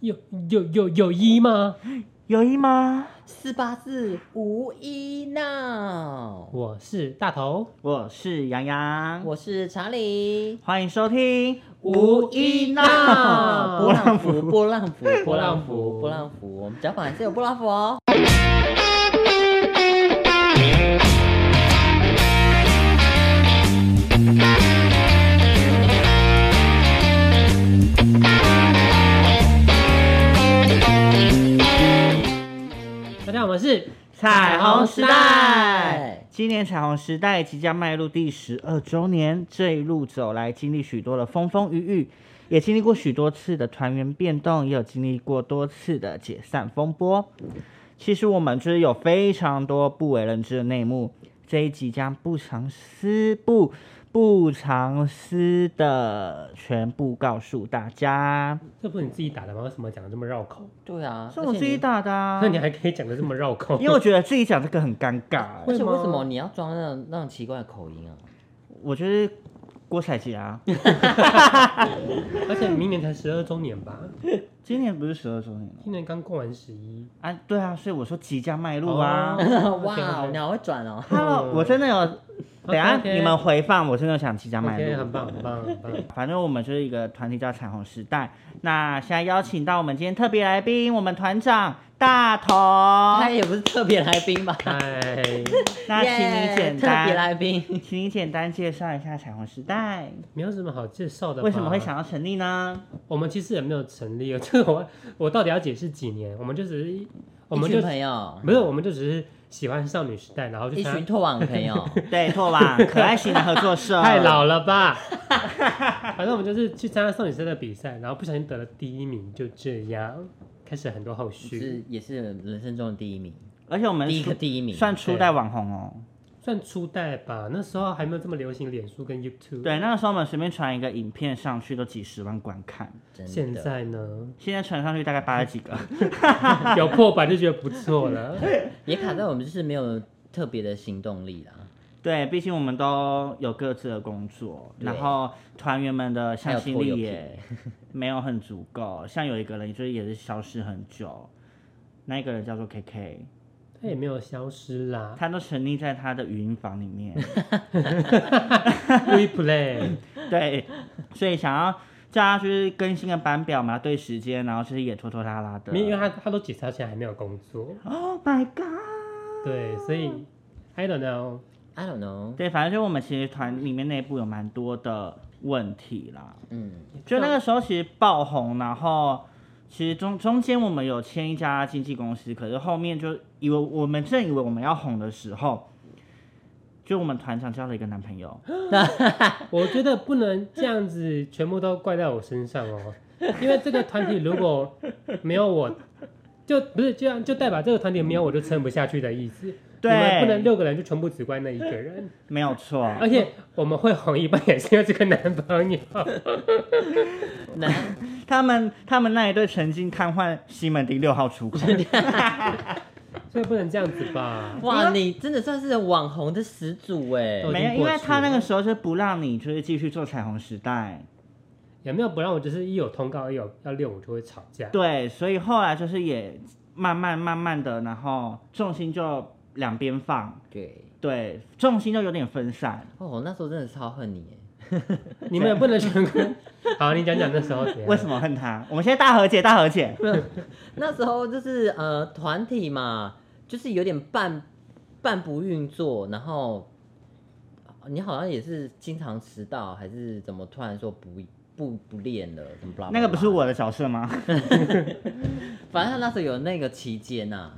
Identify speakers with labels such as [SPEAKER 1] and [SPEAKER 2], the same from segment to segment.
[SPEAKER 1] 有有有有一吗？
[SPEAKER 2] 有一吗？
[SPEAKER 3] 四八字无一闹。
[SPEAKER 1] 我是大头，
[SPEAKER 2] 我是洋洋，
[SPEAKER 3] 我是查理，
[SPEAKER 2] 欢迎收听
[SPEAKER 1] 无一闹
[SPEAKER 3] 波浪符，波浪符，
[SPEAKER 1] 波浪符
[SPEAKER 3] 波浪符，我们脚本还是有波浪符哦。
[SPEAKER 1] 大家好，我们是
[SPEAKER 2] 彩虹时代。今年彩虹时代即将迈入第十二周年，这一路走来，经历许多的风风雨雨，也经历过许多次的团员变动，也有经历过多次的解散风波。其实我们就是有非常多不为人知的内幕，这一集将不藏私不不藏私的全部告诉大家。
[SPEAKER 1] 这不是你自己打的吗？为什么讲的这么绕口？
[SPEAKER 3] 对啊，
[SPEAKER 2] 是我
[SPEAKER 3] 而且
[SPEAKER 2] 自己
[SPEAKER 3] 你，
[SPEAKER 2] 打的、啊
[SPEAKER 1] 那，你还可以讲的这么绕口？
[SPEAKER 2] 因为我觉得自己讲这个很尴尬、
[SPEAKER 3] 而
[SPEAKER 1] 会
[SPEAKER 3] 且
[SPEAKER 1] 吗
[SPEAKER 3] 为什么你要装那种那种奇怪的口音啊？
[SPEAKER 2] 我就是郭采洁啊，
[SPEAKER 1] 而且明年才十二周年吧，
[SPEAKER 2] 今年不是十二周年了
[SPEAKER 1] 今年刚过完十一。
[SPEAKER 2] 啊？对啊，所以我说即将迈入啊。
[SPEAKER 1] 哦
[SPEAKER 3] 哇，你好会转哦。
[SPEAKER 2] Hello，我真的有，等一下
[SPEAKER 1] OK，OK
[SPEAKER 2] 你们回放，我真的想即将迈
[SPEAKER 1] OK，很
[SPEAKER 2] 入。
[SPEAKER 1] 棒，很棒，很棒。
[SPEAKER 2] 反正我们就是一个团体叫彩虹时代。那现在邀请到我们今天特别来宾，我们团长大头。
[SPEAKER 3] 他也不是特别来宾吧？
[SPEAKER 1] 嗨，
[SPEAKER 2] 那请
[SPEAKER 3] 耶
[SPEAKER 2] 你简
[SPEAKER 3] 特别来
[SPEAKER 2] 单，
[SPEAKER 3] 宾。
[SPEAKER 2] 请你简单介绍一下彩虹时 代
[SPEAKER 1] 没有什么好介绍的。
[SPEAKER 2] 为什么会？想要成立呢？
[SPEAKER 1] 我们其实也没有成立，啊 这个我我到底要解释几年？我们就只是，我们
[SPEAKER 3] 一
[SPEAKER 1] 就
[SPEAKER 3] 群朋友，
[SPEAKER 1] 没有，我们就只是喜欢少女时代，然后就
[SPEAKER 3] 一
[SPEAKER 1] 参
[SPEAKER 3] 群拓网的朋友。
[SPEAKER 2] 对，拓网可爱型的合作社。
[SPEAKER 1] 太老了吧！反正我们就是去参加少女赛的比赛，然后不小心得了第一名，就这样开始很多后续，
[SPEAKER 3] 是也是人生中的第一名，
[SPEAKER 2] 而且我们
[SPEAKER 3] 第一个
[SPEAKER 2] 出
[SPEAKER 3] 第一名，
[SPEAKER 2] 算初代网红哦。
[SPEAKER 1] 算初代吧。那时候还没有这么流行脸书跟 YouTube。
[SPEAKER 2] 对，那个时候我们随便传一个影片上去都几十万观看，
[SPEAKER 3] 真的
[SPEAKER 1] 现在呢，
[SPEAKER 2] 现在传上去大概八十几 个。
[SPEAKER 1] 有破百就觉得不错了。
[SPEAKER 3] 也卡在我们就是没有特别的行动力啦，
[SPEAKER 2] 对，毕竟我们都有各自的工作，
[SPEAKER 3] 对
[SPEAKER 2] 然后团员们的
[SPEAKER 3] 还
[SPEAKER 2] 向
[SPEAKER 3] 有
[SPEAKER 2] 心
[SPEAKER 3] 拖油
[SPEAKER 2] 力
[SPEAKER 3] 瓶
[SPEAKER 2] 也没有很足够。像有一个人就是也是消失很久，那一个人叫做 KK，
[SPEAKER 1] 他也没有消失
[SPEAKER 3] 啊
[SPEAKER 1] 啦。
[SPEAKER 2] 他都沉溺在他的语音房里面。
[SPEAKER 1] We play，
[SPEAKER 2] 对，所以想要叫他就是更新个班表嘛，对时间，然后就是也拖拖拉拉的。
[SPEAKER 1] 没有，因为他他都解散前还没有工作，
[SPEAKER 2] Oh my god！
[SPEAKER 1] 对，所以 I don't know。
[SPEAKER 3] I don't know，
[SPEAKER 2] 对，反正就我们其实团里面内部有蛮多的问题啦。
[SPEAKER 3] 嗯，
[SPEAKER 2] 就那个时候其实爆红，然后其实中中间我们有签一家经纪公司，可是后面就以为我们正以为我们要红的时候，就我们团长交了一个男朋友，
[SPEAKER 1] 我觉得不能这样子全部都怪在我身上哦，因为这个团体如果没有我，就不是这样，就代表这个团体没有我就撑不下去的意思。
[SPEAKER 2] 对
[SPEAKER 1] 你们不能六个人就全部只怪那一个人，
[SPEAKER 2] 没有错。
[SPEAKER 1] 而且我们会红一半也是因为这个男朋友。
[SPEAKER 3] 那
[SPEAKER 2] 嗯他们他们那一队曾经瘫痪西门町六号出口，
[SPEAKER 1] 所以不能这样子吧？
[SPEAKER 3] 哇，你真的算是网红的始祖哎，
[SPEAKER 1] 对
[SPEAKER 2] 没
[SPEAKER 1] 已
[SPEAKER 2] 有，
[SPEAKER 1] 经
[SPEAKER 2] 因
[SPEAKER 1] 过
[SPEAKER 2] 为他
[SPEAKER 1] 去
[SPEAKER 2] 那
[SPEAKER 1] 了
[SPEAKER 2] 个时候是不让你就是继续做彩虹时代，
[SPEAKER 1] 也没有不让我，就是一有通告，一有要练我就会吵架。
[SPEAKER 2] 对，所以后来就是也慢慢慢慢的，然后重心就两边放，
[SPEAKER 3] 对，
[SPEAKER 2] 对，重心就有点分散。
[SPEAKER 3] 哦，我那时候真的超恨你哎，
[SPEAKER 1] 你们也不能全跟。 好，你讲讲那时候怎样
[SPEAKER 2] 为什么恨他？我们现在大和解，大和解。
[SPEAKER 3] 那时候就是呃团体嘛，就是有点半半不运作，然后你好像也是经常迟到，还是怎么突然说不不不练了，怎么 blah blah blah
[SPEAKER 2] 那个不是我的角色吗？
[SPEAKER 3] 反正他那时候有那个期间啊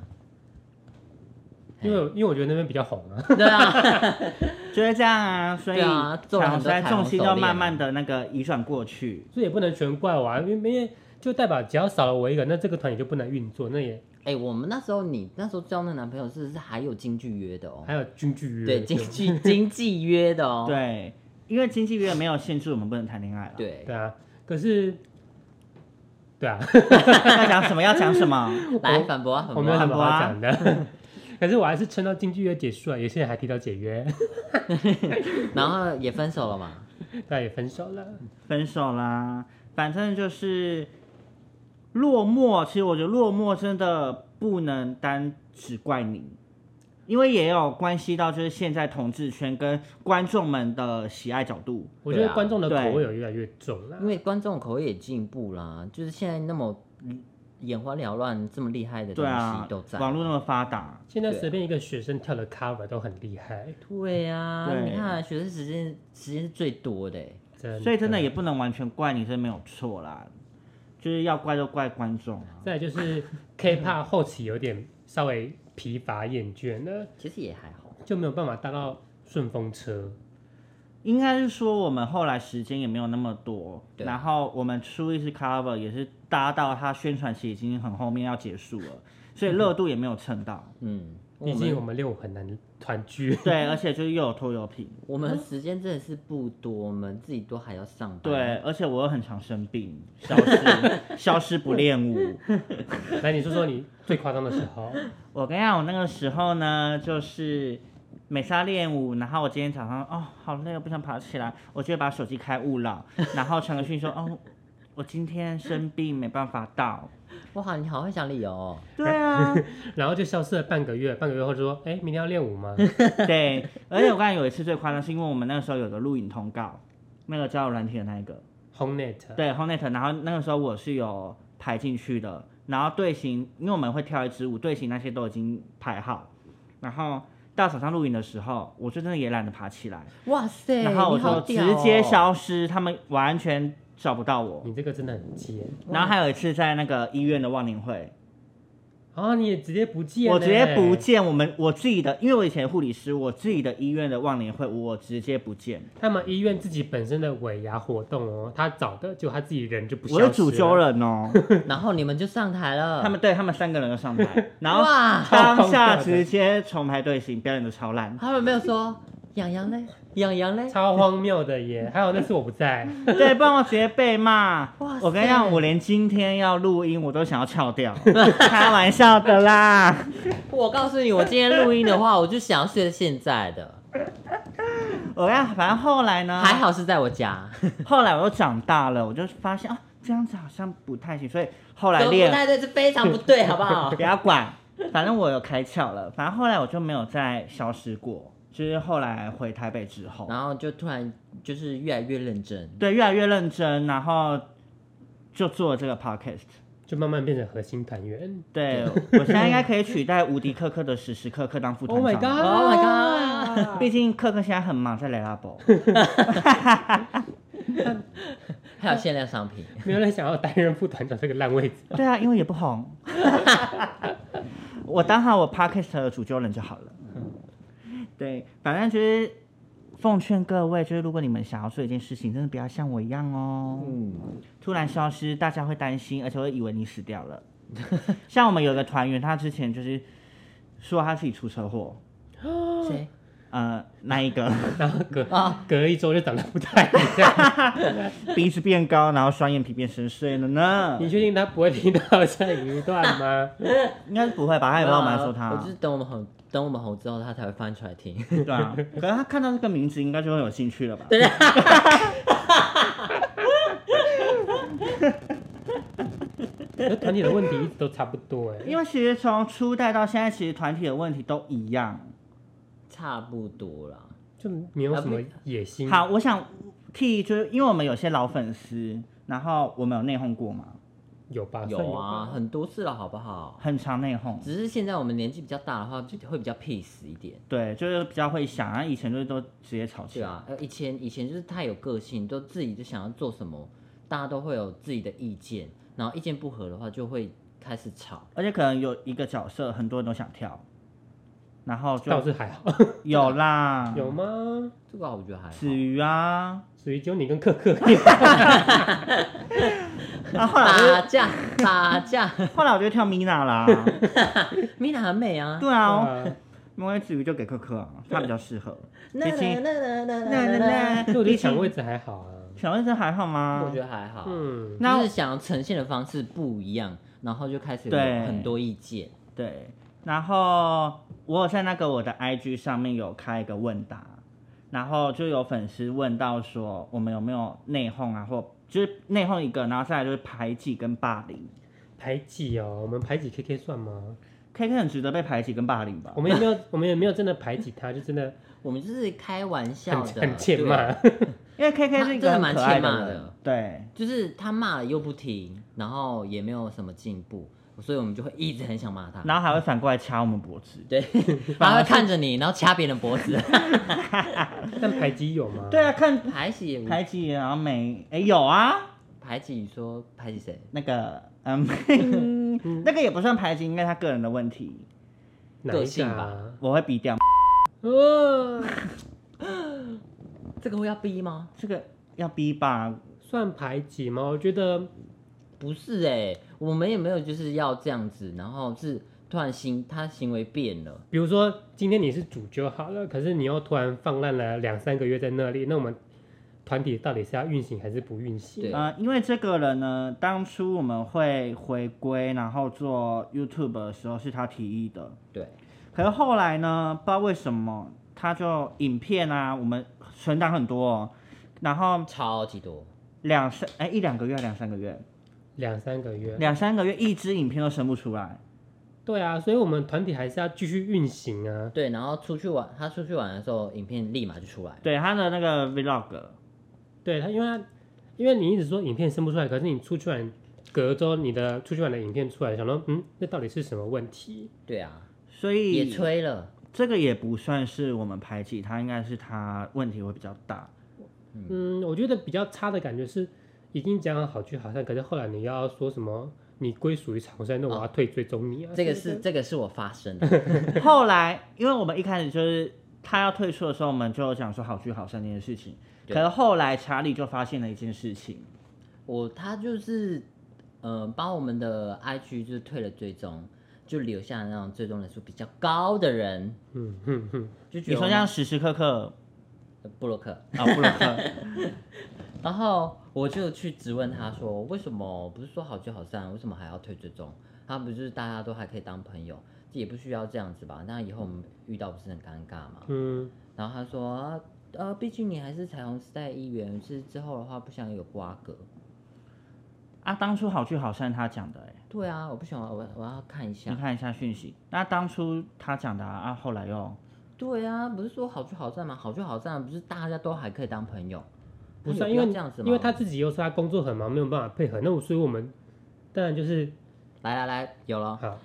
[SPEAKER 3] 呐、
[SPEAKER 1] 因为因为我觉得那边比较红啊。
[SPEAKER 3] 对啊，
[SPEAKER 2] 就是这样啊，所以
[SPEAKER 3] 对啊做
[SPEAKER 2] 彩
[SPEAKER 3] 了
[SPEAKER 2] 虹
[SPEAKER 3] 很多
[SPEAKER 2] 时代
[SPEAKER 3] 彩虹
[SPEAKER 2] 重心
[SPEAKER 3] 手
[SPEAKER 2] 就
[SPEAKER 3] 链
[SPEAKER 2] 慢慢的那个移转过去。
[SPEAKER 1] 所以也不能全怪我啊，因为因为就代表只要少了我一个，那这个团也就不能运作，那也
[SPEAKER 3] 哎、我们那时候你那时候交那男朋友是不是还有京剧约的哦？
[SPEAKER 1] 还有军剧约
[SPEAKER 3] 对，经济经济约的哦。
[SPEAKER 2] 对，啊因为经济约没有限制我们不能谈恋爱了。，
[SPEAKER 3] 对，
[SPEAKER 1] 对啊，可是对啊，
[SPEAKER 2] 要讲什么要讲什么。
[SPEAKER 3] 来反驳啊，反
[SPEAKER 1] 我
[SPEAKER 3] 驳
[SPEAKER 1] 没有
[SPEAKER 3] 啊
[SPEAKER 1] 什么好讲的。可是我还是撑到京剧约结束了，有些人还提到解约，
[SPEAKER 3] 然后也分手了嘛。
[SPEAKER 1] 对啊，也分手了。
[SPEAKER 2] 分手啦，反正就是落寞，其实我觉得落寞真的不能单只怪你，因为也有关系到就是现在同志圈跟观众们的喜爱角度。
[SPEAKER 1] 我觉
[SPEAKER 3] 对
[SPEAKER 1] 得
[SPEAKER 3] 啊
[SPEAKER 1] 观众的
[SPEAKER 2] 对
[SPEAKER 1] 口味有越来越重啦
[SPEAKER 3] 因。为观众口味也进步啦，就是现在那么嗯眼花缭乱、这么厉害的东
[SPEAKER 2] 对啊
[SPEAKER 3] 西都，在。
[SPEAKER 2] 网络那么发达，
[SPEAKER 1] 现在
[SPEAKER 3] 对啊
[SPEAKER 1] 随便一个学生跳的 cover 都很厉害，
[SPEAKER 3] 对啊，
[SPEAKER 2] 对
[SPEAKER 3] 你看学生时间时间是最多的欸，
[SPEAKER 1] 真
[SPEAKER 2] 所以真的也不能完全怪你，这没有错啦。就是要怪就怪观众啊。
[SPEAKER 1] 再来就是 K-pop 后期有点稍微疲乏厌倦了，
[SPEAKER 3] 其实也还好。
[SPEAKER 1] 就没有办法搭到顺风车。
[SPEAKER 2] 应该是说我们后来时间也没有那么多，
[SPEAKER 3] 对
[SPEAKER 2] 然后我们出一次 cover 也是搭到它宣传期已经很后面要结束 了，所以热度也没有蹭 到。
[SPEAKER 3] 嗯，我
[SPEAKER 1] 毕竟我
[SPEAKER 3] 们
[SPEAKER 1] 们六五很难团 聚，
[SPEAKER 2] 对，而且就是又有拖油瓶，
[SPEAKER 3] 我们
[SPEAKER 2] 嗯
[SPEAKER 3] 时间真的是不多，我们自己都还要上班。
[SPEAKER 2] 对，，而且我又很常生病，消 失消失不练舞。
[SPEAKER 1] 来你说说你最夸张的时候，
[SPEAKER 2] 我跟你讲，我那个时候呢，就是每次要练舞，然后我今天早上哦好累，我不想爬起来，我就会把手机开勿扰，然后传个讯说哦我今天生病没办法到。
[SPEAKER 3] 哇，你好会想理由哦。
[SPEAKER 2] 对啊，
[SPEAKER 1] 然后就消失了半个月，半个月后就说，哎、明天要练舞吗？
[SPEAKER 2] 对，而且我刚才有一次最夸张，是因为我们那个时候有个录影通告，那个叫软体的那一个，
[SPEAKER 1] 红 net，
[SPEAKER 2] 对 Hornet，然后那个时候我是有排进去的，然后队形，因为我们会跳一支舞，队形那些都已经排好，然后到早上录影的时候，我就真的也懒得爬起来，
[SPEAKER 3] 哇塞，
[SPEAKER 2] 然后我
[SPEAKER 3] 你好
[SPEAKER 2] 就
[SPEAKER 3] 屌
[SPEAKER 2] 直接
[SPEAKER 3] 哦
[SPEAKER 2] 消失，他们完全找不到我。
[SPEAKER 1] 你这个真的很贱
[SPEAKER 2] 然后还有一次在那个医院的忘年会，
[SPEAKER 1] 啊！你也直接不见、
[SPEAKER 2] 我直接不。见我们我自己的，因为我以前护理师，我自己的医院的忘年会我直接不见。
[SPEAKER 1] 他们医院自己本身的尾牙活动哦，他找的就他自己人就不消
[SPEAKER 2] 我
[SPEAKER 1] 失
[SPEAKER 2] 是主揪人哦，
[SPEAKER 3] 然后你们就上台 了。
[SPEAKER 2] 他们对他们三个人就上 台，然后
[SPEAKER 3] 哇
[SPEAKER 2] 当下直接重排队形，表演的超 烂。
[SPEAKER 3] 他们没有说养羊嘞，养羊嘞，
[SPEAKER 1] 超荒谬的耶！还有那次我不在，
[SPEAKER 2] 对，不然我直接被骂
[SPEAKER 3] 哇。
[SPEAKER 2] 我跟你讲，
[SPEAKER 3] 塞
[SPEAKER 2] 我连今天要录音我都想要翘掉， 开玩笑的啦。
[SPEAKER 3] 我告诉你，我今天录音的话，我就想要睡现在的。
[SPEAKER 2] 我跟你讲，反正后来呢，
[SPEAKER 3] 还，好是在我家，
[SPEAKER 2] 后来我又长大了，我就发现啊，这样子好像不太行，所以后来
[SPEAKER 3] 走不
[SPEAKER 2] 练
[SPEAKER 3] 太对，是非常不对，好不
[SPEAKER 2] ？
[SPEAKER 3] 好
[SPEAKER 2] 不要管，反正我有开窍了。反正后来我就没有再消失过，就是后来回台北之后，
[SPEAKER 3] 然后就突然就是越来越认真，
[SPEAKER 2] 对，越来越认真，然后就做了这个 podcast。
[SPEAKER 1] 就慢慢变成核心团员。
[SPEAKER 2] 对，我现在应该可以取代无敌克克的时时刻刻当副
[SPEAKER 1] Oh
[SPEAKER 2] 团
[SPEAKER 1] my
[SPEAKER 2] 长。
[SPEAKER 1] god!
[SPEAKER 3] Oh my
[SPEAKER 2] 毕竟克克现在很忙，在雷拉伯。
[SPEAKER 3] 还有限量 商品。
[SPEAKER 1] 没有人想要担任副团长这个烂位置。
[SPEAKER 2] 对啊，因为也不红。 我当好我 podcast 的主揪人就好了。对，反正就是奉劝各位，就是如果你们想要做一件事情，真的不要像我一样哦。
[SPEAKER 3] 嗯，
[SPEAKER 2] 突然消失，大家会担心，而且会以为你死掉了。 像我们有一个团员，他之前就是说他自己出车祸，哦
[SPEAKER 3] 谁
[SPEAKER 2] 呃，那一个
[SPEAKER 1] 然后隔、
[SPEAKER 3] 啊
[SPEAKER 1] 隔一周就长得不太一样。
[SPEAKER 2] 鼻子变高，然后双眼皮变深邃了呢
[SPEAKER 1] 你。确定他不会听到下一段吗？
[SPEAKER 2] 应该是不会吧？他也不知道我们在说他、
[SPEAKER 3] 我就是等我们红，等我们红之后，他才会翻出来听。
[SPEAKER 2] 对啊，可能他看到这个名字应该就会有兴趣了吧？
[SPEAKER 3] 对对。
[SPEAKER 1] 我觉得团体的问题一直都差不多哎。
[SPEAKER 2] 因为其实从初代到现在，其实团体的问题都一样。
[SPEAKER 3] 差不多啦，
[SPEAKER 1] 就没有什么野
[SPEAKER 3] 嗯
[SPEAKER 1] 心。
[SPEAKER 2] 好，我想替就是因为我们有些老粉丝，然后我们有内讧过嘛，
[SPEAKER 1] 有吧？算
[SPEAKER 3] 有
[SPEAKER 1] 吧
[SPEAKER 3] 啊，很多次了，好不好？
[SPEAKER 2] 很常内讧。
[SPEAKER 3] 只是现在我们年纪比较大的话，就会比较 peace 一点。
[SPEAKER 2] 对，就是比较会想啊，以前就是都直接吵起
[SPEAKER 3] 对
[SPEAKER 2] 来。
[SPEAKER 3] 啊，呃，以前以前就是太有个性，都自己就想要做什么，大家都会有自己的意见，然后意见不合的话就会开始吵。
[SPEAKER 2] 而且可能有一个角色，很多人都想跳，然后
[SPEAKER 1] 倒
[SPEAKER 2] 就是
[SPEAKER 1] 还好。
[SPEAKER 2] 有啦，
[SPEAKER 1] 有吗？
[SPEAKER 3] 这个我觉得还好。
[SPEAKER 2] 子瑜啊，
[SPEAKER 1] 属于只有你跟克克。
[SPEAKER 2] 啊然后后来我
[SPEAKER 3] 打
[SPEAKER 2] 就
[SPEAKER 3] 架打架，
[SPEAKER 2] 后来我就跳米娜 啦，
[SPEAKER 3] 米娜很 美啊。
[SPEAKER 2] 对啊，
[SPEAKER 1] 啊
[SPEAKER 2] 因为子瑜就给可可啊，他比较适合。
[SPEAKER 3] 那
[SPEAKER 2] 毕
[SPEAKER 3] 那
[SPEAKER 2] 竟
[SPEAKER 3] 那
[SPEAKER 2] 那
[SPEAKER 3] 那
[SPEAKER 2] 那
[SPEAKER 3] 那那，
[SPEAKER 2] 那，
[SPEAKER 1] 所以我觉得
[SPEAKER 2] 毕
[SPEAKER 1] 抢
[SPEAKER 2] 竟
[SPEAKER 1] 位置还好啊。
[SPEAKER 2] 小问生还好吗？
[SPEAKER 3] 我觉得还好。
[SPEAKER 1] 嗯，
[SPEAKER 2] 那
[SPEAKER 3] 就是想呈现的方式不一样，然后就开始有
[SPEAKER 2] 对
[SPEAKER 3] 很多意见。
[SPEAKER 2] 对，然后我有在那个我的 IG 上面有开一个问答，然后就有粉丝问到说我们有没有内讧啊，或就是内讧一个，然后再来就是排挤跟霸凌。
[SPEAKER 1] 排挤哦，我们排挤 KK 算吗？
[SPEAKER 2] K K 很值得被排挤跟霸凌吧
[SPEAKER 1] 我？们也没有，我们也没有真的排挤他，就真的
[SPEAKER 3] 我们就是开玩笑
[SPEAKER 1] 很
[SPEAKER 3] 的，
[SPEAKER 1] 很欠骂
[SPEAKER 3] 对，。
[SPEAKER 2] 因为 K K 是一
[SPEAKER 3] 他真
[SPEAKER 2] 个
[SPEAKER 3] 的
[SPEAKER 2] 很
[SPEAKER 3] 蛮
[SPEAKER 2] 可爱
[SPEAKER 3] 欠骂
[SPEAKER 2] 人
[SPEAKER 3] 的，
[SPEAKER 2] 对，
[SPEAKER 3] 就是他骂了又不停，然后也没有什么进步，所以我们就会一直很想骂他。
[SPEAKER 2] 然后还会反过来掐我们脖子。
[SPEAKER 3] 对，他会看着 你，然后掐别人脖子，
[SPEAKER 1] 但排挤有吗？
[SPEAKER 2] 对，啊，看
[SPEAKER 3] 排挤也无
[SPEAKER 2] 排挤，然后没哎有啊，
[SPEAKER 3] 排挤说排挤谁？
[SPEAKER 2] 那个嗯， 那个也不算排挤，应该他个人的问题，
[SPEAKER 1] 哪
[SPEAKER 3] 个
[SPEAKER 1] 一
[SPEAKER 3] 性
[SPEAKER 1] 个
[SPEAKER 3] 吧
[SPEAKER 1] 啊？
[SPEAKER 2] 我会逼掉
[SPEAKER 1] 呃，
[SPEAKER 3] 这个会要逼吗？
[SPEAKER 2] 这个要逼吧，
[SPEAKER 1] 算排挤吗？我觉得
[SPEAKER 3] 不是哎、我们也没有就是要这样子，然后是突然行他行为变了，
[SPEAKER 1] 比如说今天你是主角好了，可是你又突然放烂了两三个月在那里，那我们团体到底是要运行还是不运行？
[SPEAKER 3] 对
[SPEAKER 2] 呃，因为这个人呢，当初我们会回归，然后做 YouTube 的时候是他提议的，
[SPEAKER 3] 对，
[SPEAKER 2] 可是后来呢，不知道为什么他就影片啊，我们存档很多、哦，然后
[SPEAKER 3] 超级多，
[SPEAKER 2] 两三哎一两个月，两三个月，
[SPEAKER 1] 两三个月。
[SPEAKER 2] 两三个月一支影片都生不出来。
[SPEAKER 1] 对啊，所以我们团体还是要继续运行啊。
[SPEAKER 3] 对，然后出去玩，他出去玩的时候，影片立马就出来了，
[SPEAKER 2] 对他的那个 Vlog，
[SPEAKER 1] 对他，因为他因为你一直说影片生不出来，可是你出去玩隔周你的出去玩的影片出来，想说嗯，那到底是什么问题？
[SPEAKER 3] 对啊，
[SPEAKER 2] 所
[SPEAKER 3] 也
[SPEAKER 2] 以
[SPEAKER 3] 吹了，
[SPEAKER 2] 这个也不算是我们排挤他，应该是他问题会比较大。
[SPEAKER 1] 嗯，我觉得比较差的感觉是已经讲好聚好散，可是后来你要说什么你归属于场山，那我要退追踪你啊。
[SPEAKER 3] 哦这个是这个是我发生的，
[SPEAKER 2] 后来，因为我们一开始就是他要退出的时候，我们就讲说好聚好散这件事情。
[SPEAKER 3] 对
[SPEAKER 2] 可是后来查理就发现了一件事情，
[SPEAKER 3] 我他就是呃把我们的 IG 就是退了追踪，就留下那种追踪人数比较高的人，
[SPEAKER 1] 嗯哼哼，
[SPEAKER 3] 就觉
[SPEAKER 2] 你
[SPEAKER 3] 得
[SPEAKER 2] 说
[SPEAKER 3] 我
[SPEAKER 2] 像时时刻 刻
[SPEAKER 3] 们布洛克，
[SPEAKER 2] 啊，布鲁克，
[SPEAKER 3] 然后我就去质问他说，为什么不是说好聚好散，为什么还要退追踪？他不是大家都还可以当朋友，也不需要这样子吧？那以后我们遇到不是很尴尬吗？
[SPEAKER 1] 嗯，
[SPEAKER 3] 然后他说，啊呃，毕竟你还是彩虹时代一员，是之后的话不想有瓜葛。
[SPEAKER 2] 啊，当初好聚好散他讲的、欸，
[SPEAKER 3] 对啊，我不想，我我要看一
[SPEAKER 2] 你
[SPEAKER 3] 下。
[SPEAKER 2] 看一下讯息。那当初他讲的啊，啊后来又
[SPEAKER 3] 对啊，不是说好聚好散吗？好聚好散，不是大家都还可以当朋友？
[SPEAKER 1] 不
[SPEAKER 3] 那
[SPEAKER 1] 是啊、
[SPEAKER 3] 有
[SPEAKER 1] 因为
[SPEAKER 3] 必要这样子吗？
[SPEAKER 1] 因为他自己又说他工作很忙，没有办法配合，那我所以我们当然就是
[SPEAKER 3] 来来来，有
[SPEAKER 2] 啊
[SPEAKER 3] 了，
[SPEAKER 1] 好，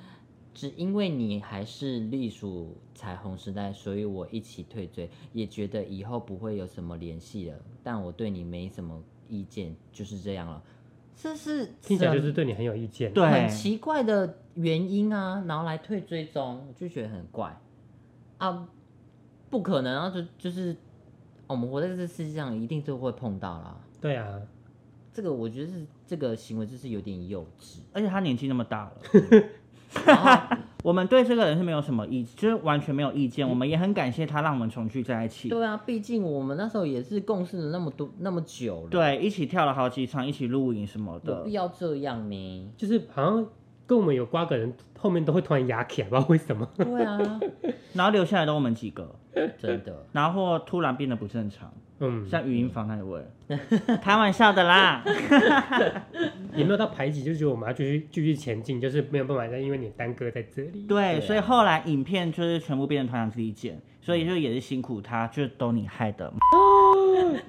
[SPEAKER 3] 只因为你还是隶属彩虹时代，所以我一起退追，也觉得以后不会有什么联系了。但我对你没什么意见，就是这样了。这是
[SPEAKER 1] 听起来
[SPEAKER 2] 啊
[SPEAKER 1] 就
[SPEAKER 3] 什
[SPEAKER 1] 是对你很有意见。
[SPEAKER 2] 对
[SPEAKER 3] 很奇怪的原因啊，然后来退追踪，我就觉得很怪啊，不可能啊，就就是哦我们活在这世界上，一定就会碰到啦。
[SPEAKER 1] 对啊，？
[SPEAKER 3] 这个我觉得是这个行为就是有点幼稚，
[SPEAKER 2] 而且他年纪那么大了，
[SPEAKER 3] 然后
[SPEAKER 2] 我们对这个人是没有什么意，就是完全没有意见。我们也很感谢他让我们重聚在一起，
[SPEAKER 3] 嗯对啊，毕竟我们那时候也是共事了那么多那么久了，
[SPEAKER 2] 对，啊一起跳了好几场，一起露营什么
[SPEAKER 3] 有
[SPEAKER 2] 的
[SPEAKER 3] 必。要这样呢
[SPEAKER 1] 就是好像跟我们有瓜葛的人后面都会突然牙起来，不知道为什么。
[SPEAKER 3] 对啊，
[SPEAKER 2] 然后留下来都我们几个，
[SPEAKER 3] 真的，
[SPEAKER 2] 然后突然变得不正常，
[SPEAKER 1] 嗯，
[SPEAKER 2] 像语音房那一位， 开玩笑的 啦。
[SPEAKER 1] 也没有到排挤，就觉得我们要继续继续前进，就是没有办法再因为你耽搁在这里。
[SPEAKER 2] 对，
[SPEAKER 3] 对啊
[SPEAKER 2] 所以后来影片就是全部变成团长自己剪，所以就也是辛苦他，就都你害的。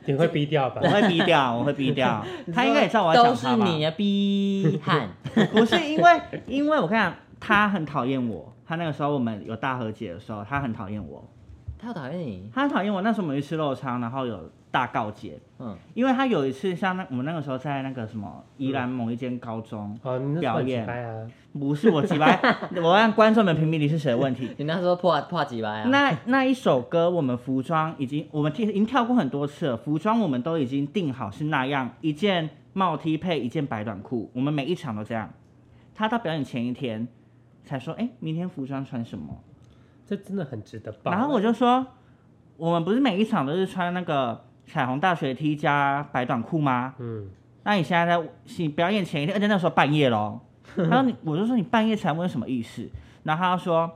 [SPEAKER 1] 你会逼掉吧
[SPEAKER 2] 我？会逼掉，我会逼掉。 他应该也知道我要
[SPEAKER 3] 都
[SPEAKER 2] 讲
[SPEAKER 3] 是
[SPEAKER 2] 他
[SPEAKER 3] 你
[SPEAKER 2] 吧？
[SPEAKER 3] 啊，逼汉，
[SPEAKER 2] 不是因为，因为我跟你讲，他很讨厌我。他那个时候我们有大和解的时候，他很讨厌我，
[SPEAKER 3] 他有讨厌你，
[SPEAKER 2] 他很讨厌我。那时候我们去吃肉肠，然后有大告解，
[SPEAKER 3] 嗯，
[SPEAKER 2] 因为他有一次像那我们那个时候在那个什么宜兰某一间高中，
[SPEAKER 1] 哦，你那
[SPEAKER 2] 表
[SPEAKER 1] 算
[SPEAKER 2] 演
[SPEAKER 1] 几拍啊？
[SPEAKER 2] 不是我几百， 我让观众们评评理是谁的问题。
[SPEAKER 3] 你那时候破破几百啊？
[SPEAKER 2] 那那一首歌，我们服装已经，我们跳已经跳过很多次了，服装我们都已经定好是那样，一件帽 T 配一件白短裤，我们每一场都这样。他到表演前一天才说，哎、明天服装穿什么？
[SPEAKER 1] 这真的很值得爆。
[SPEAKER 2] 然后我就说，我们不是每一场都是穿那个彩虹大学 T 加白短裤吗？
[SPEAKER 1] 嗯，
[SPEAKER 2] 那你现在在你表演前一天，而且那时候半夜喽，然后你我就说你半夜才问什么意思？然后他就说，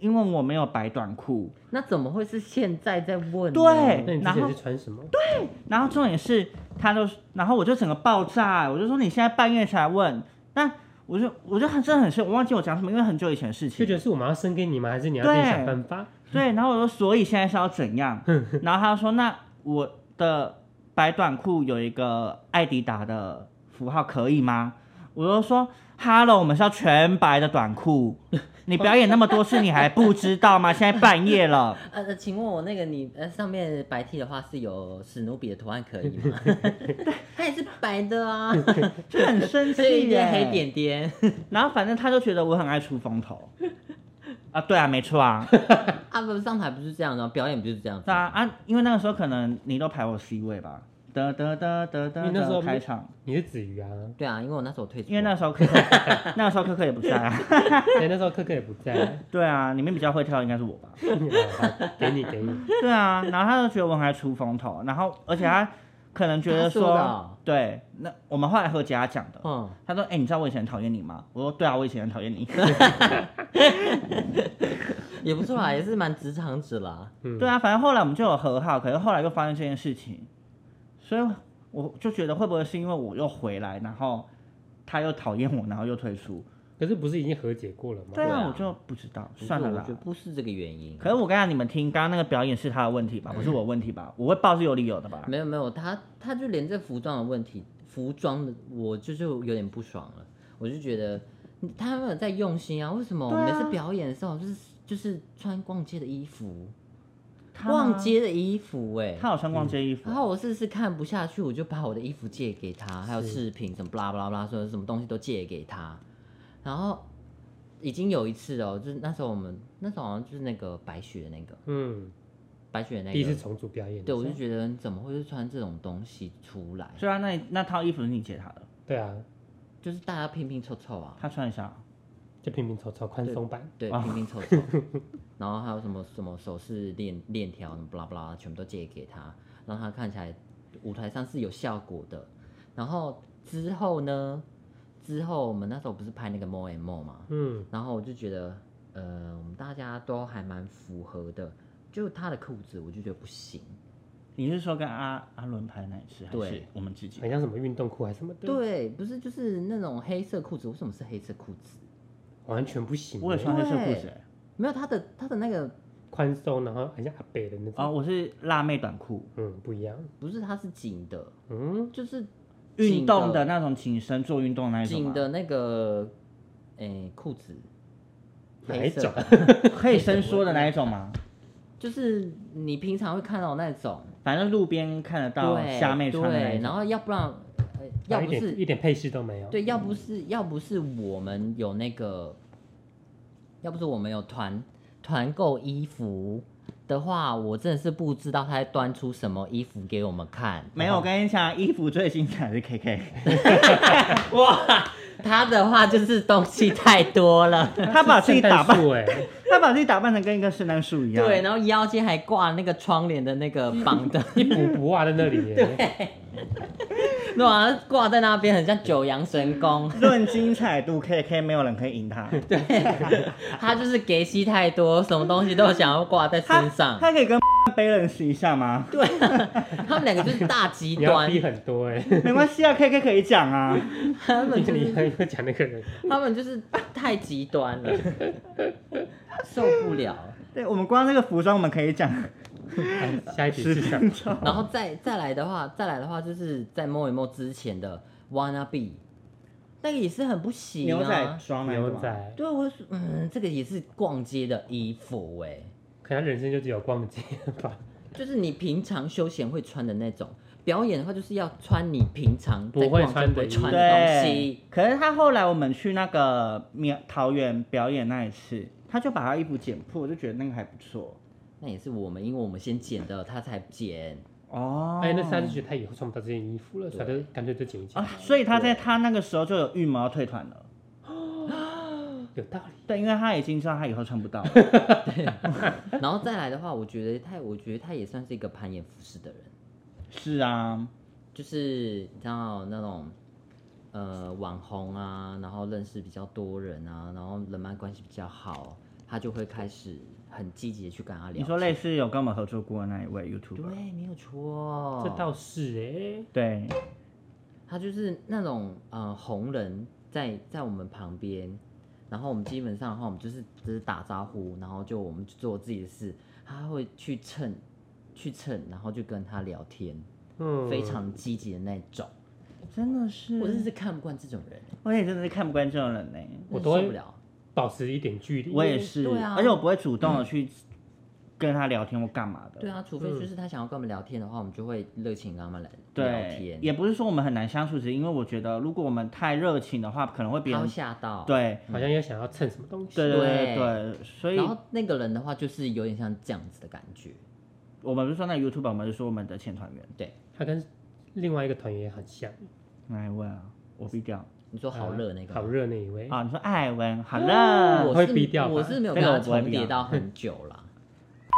[SPEAKER 2] 因为我没有白短裤。
[SPEAKER 3] 那怎么会是现在在问呢？
[SPEAKER 2] 对
[SPEAKER 1] 那你之
[SPEAKER 2] 然
[SPEAKER 1] 前
[SPEAKER 2] 后
[SPEAKER 1] 是穿什么？
[SPEAKER 2] 然后重点是，他都，然后我就整个爆炸，我就说你现在半夜才问，那我就我就很真的很生，我忘记我讲什么，因为很久以前的事
[SPEAKER 1] 就
[SPEAKER 2] 情。
[SPEAKER 1] 觉得是我们要生给你吗？还是你要自己
[SPEAKER 2] 对
[SPEAKER 1] 想办法？
[SPEAKER 3] 嗯
[SPEAKER 2] 对，然后我说，所以现在是要怎样？然后他说，那我的白短裤有一个艾迪达的符号可以吗？我就说，Hello，我们是要全白的短 裤，你表演那么多次，你还不知道吗？现在半夜 了，
[SPEAKER 3] 呃，呃请问我那个你呃上面白 T 的话是有史努比的图案可以 吗？它也是白的啊，
[SPEAKER 2] 就很生
[SPEAKER 3] 所以
[SPEAKER 2] 气
[SPEAKER 3] 一点
[SPEAKER 2] 耶。
[SPEAKER 3] 黑点点。
[SPEAKER 2] 然后反正他就觉得我很爱出风 头。啊，对啊，没错啊，
[SPEAKER 3] 啊，不上台不是这样的吗，表演不就是这样子
[SPEAKER 2] 那
[SPEAKER 3] 吗？
[SPEAKER 2] 啊，因为那个时候可能你都排我 C 位吧，得得得得
[SPEAKER 1] 因为那
[SPEAKER 2] 得
[SPEAKER 1] 时候
[SPEAKER 2] 得开场，
[SPEAKER 1] 你是子瑜啊，
[SPEAKER 3] 对啊，因为我那时候退出，
[SPEAKER 2] 因为那时候可可 那时候可可也不在啊。
[SPEAKER 1] 对，那时候科科也不在，
[SPEAKER 2] 对啊，你们比较会跳应该是我吧？
[SPEAKER 1] 好给你给你，
[SPEAKER 2] 对啊，然后他就觉得我很爱出风头，然后而且他可能觉得
[SPEAKER 3] 他说的
[SPEAKER 1] 啊
[SPEAKER 3] 哦
[SPEAKER 2] 对，那我们后来和家讲的，
[SPEAKER 3] 嗯，
[SPEAKER 2] 他说：“哎、你知道我以前很讨厌你吗？”我说：“对啊，我以前很讨厌你。
[SPEAKER 3] 也不错啦，也是蛮职场子啦。
[SPEAKER 1] 嗯，
[SPEAKER 2] 对啊，反正后来我们就有和好，可是后来又发生这件事情，所以我就觉得会不会是因为我又回来，然后他又讨厌我，然后又退出？
[SPEAKER 1] 可是不是已经和解过了吗？
[SPEAKER 2] 对
[SPEAKER 3] 对
[SPEAKER 2] 啊，
[SPEAKER 3] 啊
[SPEAKER 2] 我就不知道，
[SPEAKER 3] 不是
[SPEAKER 2] 算了
[SPEAKER 3] 我
[SPEAKER 2] 啦
[SPEAKER 3] 觉得。不是这个原因。
[SPEAKER 2] 可是我刚才你们听，刚刚那个表演是他的问题吧，不是我的问题吧？我会报是有理由的吧？
[SPEAKER 3] 没有没有，他他就连这服装的问题，服装的我就是有点不爽了，我就觉得嗯他们有在用心啊，为什么
[SPEAKER 2] 对啊
[SPEAKER 3] 每次表演的时候就是就是穿逛街的衣服，
[SPEAKER 2] 他吗
[SPEAKER 3] 逛，街的衣服哎、
[SPEAKER 2] 他有穿逛街衣服
[SPEAKER 3] 然，后我是是看不下去，我就把我的衣服借给他，还有
[SPEAKER 1] 是
[SPEAKER 3] 饰品什么巴拉巴拉巴拉，说什么东西都借给他。然后已经有一次哦，就是那时候我们那时候好像就是那个白雪的那个
[SPEAKER 1] 嗯，
[SPEAKER 3] 白雪的
[SPEAKER 1] 第一
[SPEAKER 3] 那
[SPEAKER 1] 次
[SPEAKER 3] 个，
[SPEAKER 1] 重组表演的时
[SPEAKER 3] 对
[SPEAKER 1] 候，
[SPEAKER 3] 我就觉得你怎么会是穿这种东西出来？
[SPEAKER 2] 虽然那那套衣服是你借他的，
[SPEAKER 1] 对啊，
[SPEAKER 3] 就是大家拼拼凑凑啊，
[SPEAKER 2] 他穿一下，
[SPEAKER 1] 就平平凑凑宽松版，
[SPEAKER 3] 对，
[SPEAKER 2] 哇
[SPEAKER 3] 拼拼凑 凑，然后还有什么什么首饰、链链条什么巴拉巴拉，全部都借给他，让他看起来舞台上是有效果的。然后之后呢，之后我们那时候不是拍那个 More and More 嘛，
[SPEAKER 1] 嗯，
[SPEAKER 3] 然后我就觉得，呃，我们大家都还蛮符合的，就他的裤子我就觉得不行，
[SPEAKER 2] 你是说跟阿阿伦拍那一次，还是
[SPEAKER 3] 对哎
[SPEAKER 2] 我们自己？
[SPEAKER 1] 很像什么运动裤还是什么的，，
[SPEAKER 3] 对，不是就是那种黑色裤子，为什么是黑色裤子？
[SPEAKER 1] 完全不行，
[SPEAKER 2] 我也穿黑色裤子、
[SPEAKER 3] 对
[SPEAKER 2] 欸，
[SPEAKER 3] 没有他的他的那个
[SPEAKER 1] 宽松，然后很像阿北的那
[SPEAKER 2] 哦，
[SPEAKER 1] 种，
[SPEAKER 2] 我是辣妹短裤，
[SPEAKER 1] 嗯，不一样，
[SPEAKER 3] 不是它是紧的，
[SPEAKER 1] 嗯，
[SPEAKER 3] 就是
[SPEAKER 2] 运
[SPEAKER 3] 紧
[SPEAKER 2] 动的那种紧身做运动那一种
[SPEAKER 3] 紧
[SPEAKER 2] 吗，
[SPEAKER 3] 的那个，诶、裤子，
[SPEAKER 1] 哪
[SPEAKER 3] 黑
[SPEAKER 1] 一
[SPEAKER 3] 色
[SPEAKER 1] 种？
[SPEAKER 3] 的
[SPEAKER 2] 可以伸缩的那一种吗？
[SPEAKER 3] 就是你平常会看到那种，
[SPEAKER 2] 反正路边看得到
[SPEAKER 3] 对，
[SPEAKER 2] 虾妹穿的那一
[SPEAKER 3] 对，然
[SPEAKER 2] 种。
[SPEAKER 3] 后要不然，呃，要
[SPEAKER 1] 一
[SPEAKER 3] 不
[SPEAKER 1] 点一
[SPEAKER 3] 是
[SPEAKER 1] 点配饰都没有，，
[SPEAKER 3] 对，要不是要不是我们有那个，要不是我们有团团购衣服的话，我真的是不知道他在端出什么衣服给我们看。
[SPEAKER 2] 没有，我跟你讲，衣服最精彩的是 KK，
[SPEAKER 3] 哇，他的话就是东西太多了。
[SPEAKER 2] 他把自己打扮，
[SPEAKER 1] 哎，
[SPEAKER 2] 他把自己打扮成跟一个圣诞树一样。
[SPEAKER 3] 对，然后腰间还挂那个窗帘的那个绑的，
[SPEAKER 1] 一补补袜在那里哎耶，
[SPEAKER 3] 对啊，挂在那边很像九阳神功，
[SPEAKER 2] 论精彩度，KK 没有人可以赢 他。
[SPEAKER 3] 他就是给息太多，什么东西都想要挂在
[SPEAKER 2] 他
[SPEAKER 3] 身上。
[SPEAKER 2] 他可以跟 balance 一下吗？
[SPEAKER 3] 对啊、他们两个就是大极
[SPEAKER 1] 你要
[SPEAKER 3] 端，
[SPEAKER 1] 低很多哎，
[SPEAKER 2] 没关系啊，KK 可以讲啊。
[SPEAKER 3] 他们就
[SPEAKER 1] 你
[SPEAKER 3] 是
[SPEAKER 1] 还会讲那个人，
[SPEAKER 3] 他们就是太极端了，受不了。
[SPEAKER 2] 对，我们光那个服装我们可以讲
[SPEAKER 1] 哎下一题
[SPEAKER 2] 十
[SPEAKER 1] 是什
[SPEAKER 2] 分
[SPEAKER 1] 么？
[SPEAKER 2] 钟。
[SPEAKER 3] 然后再再来的话，再来的话就是在摸一摸之前的 wanna be，那个也是很不行
[SPEAKER 2] 牛仔
[SPEAKER 3] 啊。
[SPEAKER 2] 装那一种
[SPEAKER 1] 牛仔，
[SPEAKER 3] 对，我就说嗯，这个也是逛街的衣服哎、
[SPEAKER 1] 可能他人生就只有逛街吧，
[SPEAKER 3] 就是你平常休闲会穿的那种。表演的话，就是要穿你平常在
[SPEAKER 1] 不会
[SPEAKER 3] 逛街
[SPEAKER 1] 穿的
[SPEAKER 3] 不会
[SPEAKER 1] 衣
[SPEAKER 3] 穿的东
[SPEAKER 2] 对
[SPEAKER 3] 西。，
[SPEAKER 2] 可是他后来我们去那个苗桃园表演那一次，他就把他衣服剪破，我就觉得那个还不错。
[SPEAKER 3] 那也是我们，因为我们先剪的，他才剪。
[SPEAKER 2] 哦，
[SPEAKER 1] 哎，那是他就觉得他以后穿不到这件衣服了，所以他就干脆就剪一剪
[SPEAKER 2] 啊，，所以他在他那个时候就有预谋要退团了。
[SPEAKER 1] 有道理，
[SPEAKER 2] 对，因为他已经知道他以后穿不到 了。
[SPEAKER 3] 然后再来的话，我觉得他，我觉得他也算是一个攀岩服饰的人，
[SPEAKER 2] 是啊，
[SPEAKER 3] 就是你知道那种呃网红啊，然后认识比较多人啊，然后人脉关系比较好，他就会开始很积极的去跟他聊。
[SPEAKER 2] 你说类？似有跟我们合作过的那一位
[SPEAKER 3] 对
[SPEAKER 2] YouTuber，，
[SPEAKER 3] 没有
[SPEAKER 2] 哦
[SPEAKER 3] 错。
[SPEAKER 1] 这倒是哎，
[SPEAKER 2] 对，
[SPEAKER 3] 他就是那种呃红人在在我们旁边，然后我们基本上的话，我们就是只是打招呼，然后就我们就做自己的事，他会去蹭去蹭，然后就跟他聊天，
[SPEAKER 1] 嗯，
[SPEAKER 3] 非常积极的那种。
[SPEAKER 2] 真的是，
[SPEAKER 3] 我真是看不惯这种人，欸
[SPEAKER 2] 我也真的是看不惯这种人呢、
[SPEAKER 1] 我
[SPEAKER 3] 真
[SPEAKER 1] 都
[SPEAKER 3] 的
[SPEAKER 1] 会嗯
[SPEAKER 3] 受不了。
[SPEAKER 1] 保持一点距离。
[SPEAKER 2] 我也是，
[SPEAKER 3] 对啊
[SPEAKER 2] 而且我不会主动的去跟他聊天或干嘛的。
[SPEAKER 3] 对啊，除非就是他想要跟我们聊天的话，我们就会热情跟他们来聊
[SPEAKER 2] 对，
[SPEAKER 3] 天。
[SPEAKER 2] 也不是说我们很难相处，只是因为我觉得如果我们太热情的话，可能会别
[SPEAKER 3] 他会
[SPEAKER 2] 人
[SPEAKER 3] 吓到，
[SPEAKER 2] 对
[SPEAKER 1] 好像又想要蹭什么东西。
[SPEAKER 2] 对对对
[SPEAKER 3] 对
[SPEAKER 2] 对，所以
[SPEAKER 3] 然后那个人的话，就是有点像这样子的感觉。
[SPEAKER 2] 我们不是说那 YouTube，我们就说我们的前团员
[SPEAKER 1] 他跟另外一个团员也很像，呃
[SPEAKER 2] 艾文啊，我毙掉
[SPEAKER 3] 你说
[SPEAKER 1] 嗯
[SPEAKER 3] 好热那个吗，
[SPEAKER 1] 好热那一位，
[SPEAKER 2] 啊，你说艾文好了，
[SPEAKER 3] 我
[SPEAKER 1] 啊会
[SPEAKER 3] 是
[SPEAKER 1] 逼掉吧
[SPEAKER 3] 我是没有跟他重 叠到很久啦。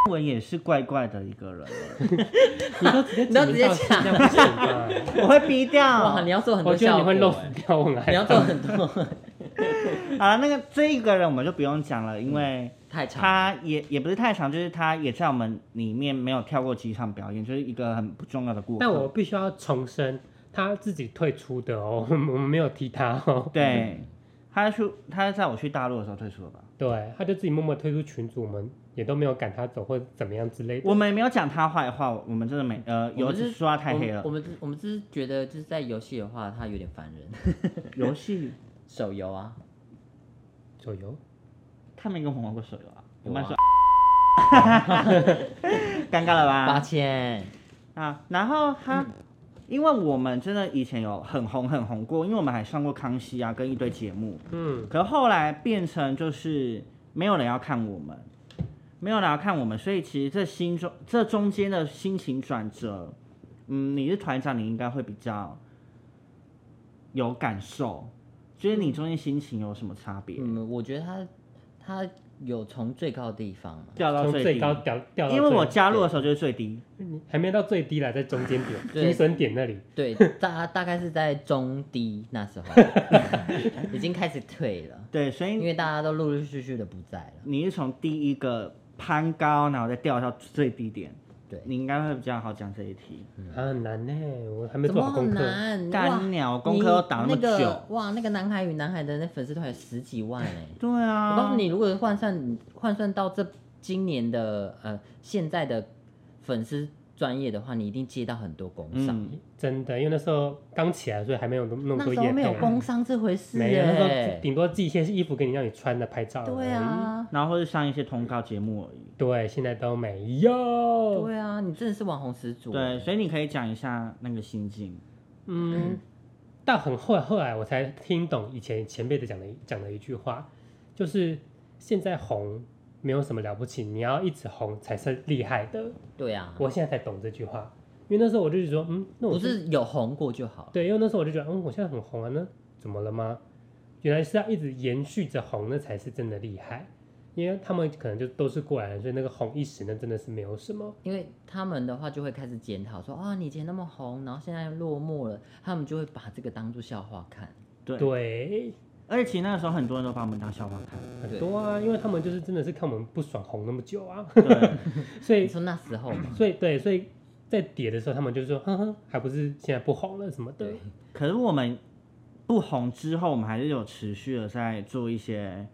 [SPEAKER 2] 艾文也是怪怪的一个人，
[SPEAKER 1] 你都直 接
[SPEAKER 3] 你都直
[SPEAKER 1] 指名
[SPEAKER 3] 接
[SPEAKER 1] 道姓这样不行吧？
[SPEAKER 2] 我会逼掉。
[SPEAKER 3] 哇，你要做很
[SPEAKER 1] 啊我
[SPEAKER 3] 多
[SPEAKER 1] 觉得
[SPEAKER 3] 效
[SPEAKER 1] 你
[SPEAKER 3] 果
[SPEAKER 1] 会
[SPEAKER 3] 欸，
[SPEAKER 1] 漏 掉我们
[SPEAKER 3] 你
[SPEAKER 1] 还
[SPEAKER 3] 要做很多，
[SPEAKER 2] 好了，那个这一个人我们就不用讲了，因为
[SPEAKER 3] 太嗯长了。
[SPEAKER 2] 他也也不是太长，就是他也在我们里面没有跳过几场表演，就是一个很不重要的过客。
[SPEAKER 1] 但我必须要重申，他自己退出的哦，我们没有踢他哦。
[SPEAKER 2] 对
[SPEAKER 3] 嗯
[SPEAKER 2] 他去他在我去大陆的时候退出了吧？
[SPEAKER 1] 对，他就自己默默退出群组，我们也都没有赶他走或者怎么样之类的。
[SPEAKER 2] 我们也没有讲他坏话，我们真的没呃，
[SPEAKER 3] 我
[SPEAKER 2] 有
[SPEAKER 3] 们
[SPEAKER 2] 只
[SPEAKER 3] 是
[SPEAKER 2] 是说他太黑
[SPEAKER 3] 我
[SPEAKER 2] 了。
[SPEAKER 3] 们我们我们只是觉得就是在游戏的话，他有点烦人。
[SPEAKER 2] 游戏
[SPEAKER 3] 手游啊，
[SPEAKER 1] 手游，
[SPEAKER 2] 他没跟我们玩过手游啊，我
[SPEAKER 3] 有啊
[SPEAKER 2] 们说 尴尬了
[SPEAKER 3] 八
[SPEAKER 2] 吧？
[SPEAKER 3] 千，
[SPEAKER 2] 啊，然后他。
[SPEAKER 1] 嗯
[SPEAKER 2] 因为我们真的以前有很红很红过，因为我们还上过康熙啊，跟一堆节目。
[SPEAKER 1] 嗯，
[SPEAKER 2] 可后来变成就是没有人要看我们，没有人要看我们，所以其实这心中这中间的心情转折，嗯，你是团长，你应该会比较有感受，就是你中间心情有什么差别？
[SPEAKER 3] 嗯，我觉得他他有从最高的地方嘛，
[SPEAKER 2] 掉到
[SPEAKER 1] 从
[SPEAKER 2] 最
[SPEAKER 1] 最
[SPEAKER 2] 低，
[SPEAKER 1] 高掉掉到最，
[SPEAKER 2] 因为我加入的时候就是最低，
[SPEAKER 1] 你还没到最低啦，在中间点，
[SPEAKER 3] 对
[SPEAKER 1] 评审点那里。
[SPEAKER 3] 对，大大概是在中低那时候，已经开始退了，
[SPEAKER 2] 对，所
[SPEAKER 3] 因
[SPEAKER 2] 以
[SPEAKER 3] 为大家都陆陆续续的不在了。
[SPEAKER 2] 你是从第一个攀高，然后再掉到最低点，
[SPEAKER 3] 对，嗯
[SPEAKER 2] 你应该会比较好讲这一题。
[SPEAKER 1] 啊，很难呢，我还没
[SPEAKER 3] 怎
[SPEAKER 1] 做
[SPEAKER 3] 么
[SPEAKER 1] 好
[SPEAKER 3] 好
[SPEAKER 1] 功课。
[SPEAKER 3] 难？哇
[SPEAKER 2] 干鸟功课都打那么
[SPEAKER 3] 你那
[SPEAKER 2] 久
[SPEAKER 3] 个，哇，那个南海与南海的那粉丝团有十几万哎、
[SPEAKER 2] 对啊，
[SPEAKER 3] 我告诉你，如果换算换算到这今年的呃现在的粉丝专业的话，你一定接到很多工商。
[SPEAKER 2] 嗯，
[SPEAKER 1] 真的，因为那时候刚起来，所以还没有那么
[SPEAKER 3] 那
[SPEAKER 1] 多
[SPEAKER 3] 时候
[SPEAKER 1] 业
[SPEAKER 3] 没有
[SPEAKER 1] 配啊
[SPEAKER 3] 工商这回事
[SPEAKER 1] 没有，那时候
[SPEAKER 3] 哎、
[SPEAKER 1] 顶多寄一些衣服给你，让你穿的拍照。
[SPEAKER 3] 对，啊，
[SPEAKER 2] 然后或是上一些通告节目而已。
[SPEAKER 1] 对，现在都没有。
[SPEAKER 3] 对啊，你真的是网红始祖。欸
[SPEAKER 2] 对，所以你可以讲一下那个心境。
[SPEAKER 1] 嗯，到很后来后来我才听懂以前前辈的讲的一讲的一句话，就是现在红没有什么了不起，你要一直红才是厉害的。
[SPEAKER 3] 对啊，
[SPEAKER 1] 我现在才懂这句话，因为那时候我就觉得说，嗯，那我
[SPEAKER 3] 不是有红过就好了。
[SPEAKER 1] 对，因为那时候我就觉得，嗯，我现在很红啊，那怎么了吗？原来是要一直延续着红，那才是真的厉害。因为他们可能就都是过来人，所以那个红一时，那真的是没有什么。
[SPEAKER 3] 因为他们的话就会开始检讨说啊，你以前那么红，然后现在落寞了，他们就会把这个当做笑话看。
[SPEAKER 2] 对，
[SPEAKER 1] 对，
[SPEAKER 2] 而且其实那个时候很多人都把我们当笑话看。
[SPEAKER 1] 很
[SPEAKER 3] 对
[SPEAKER 1] 多啊，因为他们就是真的是看我们不爽红那么久啊，
[SPEAKER 2] 对，
[SPEAKER 1] 所
[SPEAKER 3] 你
[SPEAKER 1] 以
[SPEAKER 3] 说那时候嘛，
[SPEAKER 1] 所以对，所以在跌的时候，他们就说，哼哼，还不是现在不红了什么的
[SPEAKER 3] 对。
[SPEAKER 2] 可是我们不红之后，我们还是有持续的在做一些，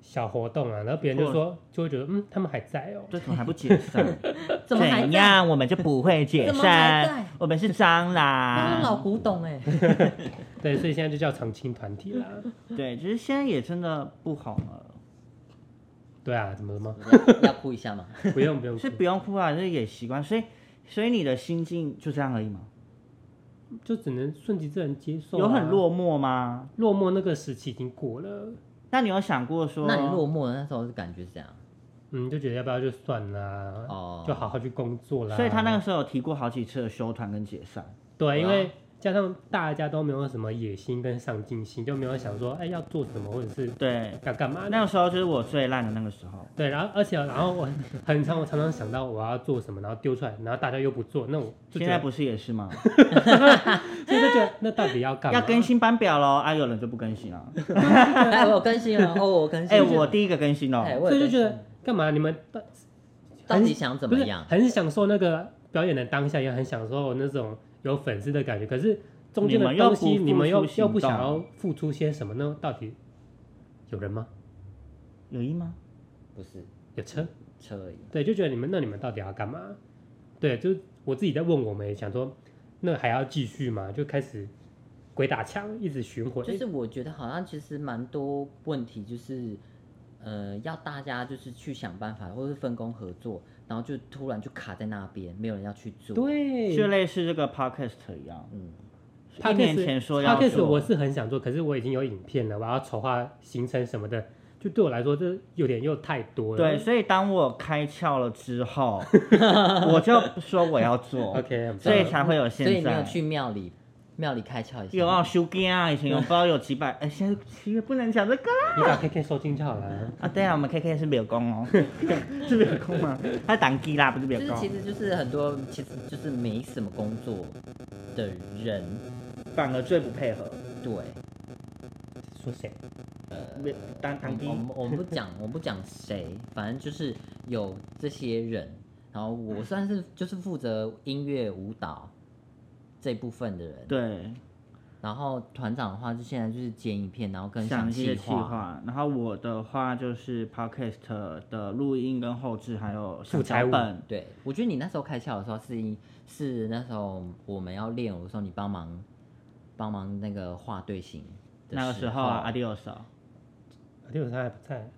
[SPEAKER 1] 小活动啊，然后别人就
[SPEAKER 2] 或
[SPEAKER 1] 说，就会觉得，嗯，他们还在哦、
[SPEAKER 2] 这怎么还不解散？
[SPEAKER 3] 怎么还
[SPEAKER 2] 怎
[SPEAKER 3] 在？
[SPEAKER 2] 样？我们就不会解
[SPEAKER 3] 怎么还
[SPEAKER 2] 散
[SPEAKER 3] 在，
[SPEAKER 2] 我们是蟑
[SPEAKER 1] 啊
[SPEAKER 3] 那是老
[SPEAKER 2] 螂。
[SPEAKER 3] 古董 哎、
[SPEAKER 1] 对，所以现在就叫常青团体 啦。
[SPEAKER 2] 对，就是现在也真的不红了，
[SPEAKER 1] 对啊，怎么 了吗？
[SPEAKER 3] 要哭一下吗？
[SPEAKER 1] 不用不用，
[SPEAKER 2] 是不用哭啊，就是也习惯。所以，所以你的心境就这样而已吗？
[SPEAKER 1] 就只能顺其自然接受、啊。
[SPEAKER 2] 有很落寞吗？
[SPEAKER 1] 落寞那个时期已经过了，
[SPEAKER 2] 那你有想过说，
[SPEAKER 3] 那你落寞的那时候是感觉是这样
[SPEAKER 1] 嗯，就觉得要不要就算啦，
[SPEAKER 2] 嗯
[SPEAKER 3] 哦，
[SPEAKER 1] 就好好去工作啦。
[SPEAKER 2] 所以他那个时候有提过好几次的休团跟解散。
[SPEAKER 1] 对，因
[SPEAKER 3] 哇
[SPEAKER 1] 为加上大家都没有什么野心跟上进心，就没有想说哎要做什么或者是
[SPEAKER 2] 对，
[SPEAKER 1] 要干嘛。
[SPEAKER 2] 那个时候就是我最烂的那个时候。
[SPEAKER 1] 对，然后而且然后我很常我常常想到我要做什么，然后丢出来，然后大家又不做，那我就
[SPEAKER 2] 现
[SPEAKER 1] 觉
[SPEAKER 2] 在
[SPEAKER 1] 得，
[SPEAKER 2] 不是也是吗？
[SPEAKER 1] 所以就觉得那到底要干嘛？
[SPEAKER 2] 要更新班表喽，啊，有人就不更新了。
[SPEAKER 3] 哎，我更新了哦，我更新
[SPEAKER 2] 哎、
[SPEAKER 3] 了。
[SPEAKER 2] 我第一个更新哦，
[SPEAKER 3] 哎，我
[SPEAKER 1] 所以
[SPEAKER 3] 有
[SPEAKER 1] 就
[SPEAKER 3] 更
[SPEAKER 1] 觉
[SPEAKER 3] 新
[SPEAKER 1] 得干嘛？你们到
[SPEAKER 3] 到底想
[SPEAKER 2] 哎
[SPEAKER 3] 怎
[SPEAKER 1] 不
[SPEAKER 3] 么
[SPEAKER 1] 是
[SPEAKER 3] 样？
[SPEAKER 1] 很享受那个表演的当下，也很享受那种有粉丝的感觉，可是中间的
[SPEAKER 2] 你们又
[SPEAKER 1] 东西，
[SPEAKER 2] 不
[SPEAKER 1] 你们又
[SPEAKER 2] 付出
[SPEAKER 1] 又不
[SPEAKER 2] 行动
[SPEAKER 1] 想要付出些什么呢？到底有人吗？
[SPEAKER 2] 有意吗？
[SPEAKER 3] 不是
[SPEAKER 1] 有车？
[SPEAKER 3] 车而已。
[SPEAKER 1] 对，就觉得你们那你们到底要干嘛？对，就我自己在问我们，也想说那还要继续吗？就开始鬼打墙，一直巡回。
[SPEAKER 2] 哎
[SPEAKER 3] 就是我觉得好像其实蛮多问题，就是呃，要大家就是去想办法，或是分工合作，然后就突然就卡在那边，没有人要去做。，
[SPEAKER 1] 对，
[SPEAKER 2] 就类似这个 podcast 一样，
[SPEAKER 3] 嗯，
[SPEAKER 2] 一年前说要
[SPEAKER 1] p o d
[SPEAKER 2] 做，
[SPEAKER 1] 我是很想做，可是我已经有影片了，我要筹划行程什么的，就对我来说这有点又太多了。
[SPEAKER 2] 对，所以当我开窍了 之后，我就说我要做，
[SPEAKER 1] ，OK，很嗯
[SPEAKER 2] 所以
[SPEAKER 1] 棒
[SPEAKER 2] 才会有
[SPEAKER 3] 所以
[SPEAKER 2] 现
[SPEAKER 3] 你有
[SPEAKER 2] 在。
[SPEAKER 3] 去庙里庙里开窍一下。
[SPEAKER 2] 有啊，修根啊，以前有不知道有几百，哎，现在七月不能讲这个啦。
[SPEAKER 1] 你把 KK 收进就好了。
[SPEAKER 2] 啊，对啊，我们 K K 是没有工哦， 是没有工吗？他是党机啦，不是没
[SPEAKER 3] 就
[SPEAKER 2] 有
[SPEAKER 3] 是其
[SPEAKER 2] 工，
[SPEAKER 3] 实就是很多其实就是没什么工作的人，
[SPEAKER 2] 反而最不配合。
[SPEAKER 3] 对，
[SPEAKER 1] 说谁？
[SPEAKER 2] 没当党机
[SPEAKER 3] 嗯我，们我们不讲我不讲谁，反正就是有这些人，然后我算是就是负责音乐舞蹈这部分的人，
[SPEAKER 2] 对，
[SPEAKER 3] 然后团长的话就现在就是剪影片，然后跟
[SPEAKER 2] 想
[SPEAKER 3] 想
[SPEAKER 2] 一些
[SPEAKER 3] 计
[SPEAKER 2] 计划。然后我的话就是 podcast 的录音跟后置，还有小
[SPEAKER 1] 素材
[SPEAKER 2] 脚
[SPEAKER 1] 物
[SPEAKER 2] 本。
[SPEAKER 3] 对，我觉得你那时候开窍的时候是因是那时候我们要练舞的时候，你帮忙帮忙那个画队形的
[SPEAKER 2] 那个时
[SPEAKER 3] 时
[SPEAKER 2] 候啊，Adios 哦。
[SPEAKER 1] 六十他还不在，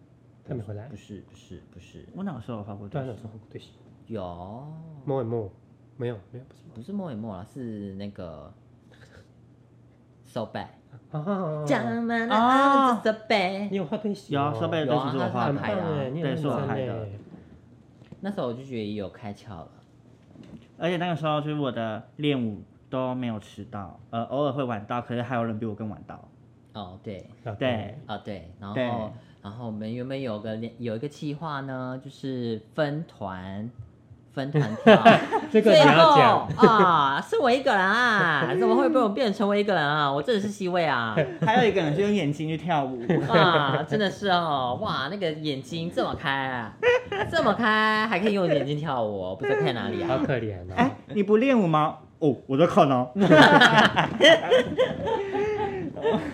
[SPEAKER 1] 他没回来
[SPEAKER 3] 不。是不是不是
[SPEAKER 2] 我哪时候有发过
[SPEAKER 1] 对
[SPEAKER 2] 短
[SPEAKER 1] 啊，
[SPEAKER 2] 信
[SPEAKER 1] 有？时候对，
[SPEAKER 3] 有
[SPEAKER 1] 摸一摸，没有没有，不是
[SPEAKER 3] 不是莫也莫啦，是那个 so bad，
[SPEAKER 1] 啊啊啊，啊啊
[SPEAKER 3] 讲啊嘛
[SPEAKER 2] 哦
[SPEAKER 3] 那 so bad，
[SPEAKER 1] 你有画对喜
[SPEAKER 2] 有啊，设备
[SPEAKER 3] 有
[SPEAKER 2] 都
[SPEAKER 3] 啊
[SPEAKER 2] 是我
[SPEAKER 3] 它
[SPEAKER 2] 画
[SPEAKER 1] 很
[SPEAKER 2] 的
[SPEAKER 1] 棒
[SPEAKER 3] 排的啊
[SPEAKER 1] 哎，你很
[SPEAKER 2] 对是我
[SPEAKER 1] 认真
[SPEAKER 2] 排的
[SPEAKER 1] 哎
[SPEAKER 3] 那时候我就觉得有开窍了，
[SPEAKER 2] 而且那个时候就是我的练舞都没有迟到，呃，偶尔会晚到，可是还有人比我更晚到。
[SPEAKER 3] 哦对。
[SPEAKER 1] OK
[SPEAKER 2] 对
[SPEAKER 3] 啊，对，然
[SPEAKER 2] 对
[SPEAKER 3] 后然后我们原本有个连有一个计划呢，就是分团。分团跳，
[SPEAKER 1] 这个你
[SPEAKER 3] 最
[SPEAKER 1] 要
[SPEAKER 3] 后
[SPEAKER 1] 讲，
[SPEAKER 3] 啊，是我一个人啊，怎么会被我变成我一个人啊？我真的是 C 位啊，
[SPEAKER 2] 还有一个人是用眼睛去跳 舞，
[SPEAKER 3] 啊，真的是哦，哇，那个眼睛这么开，啊这么开，还可以用眼睛跳舞哦，不知道看哪里
[SPEAKER 1] 好
[SPEAKER 3] 啊？
[SPEAKER 1] 可怜
[SPEAKER 2] 哎、
[SPEAKER 1] 哦。
[SPEAKER 2] 你不练舞吗？哦，我在看哦。
[SPEAKER 3] 嗯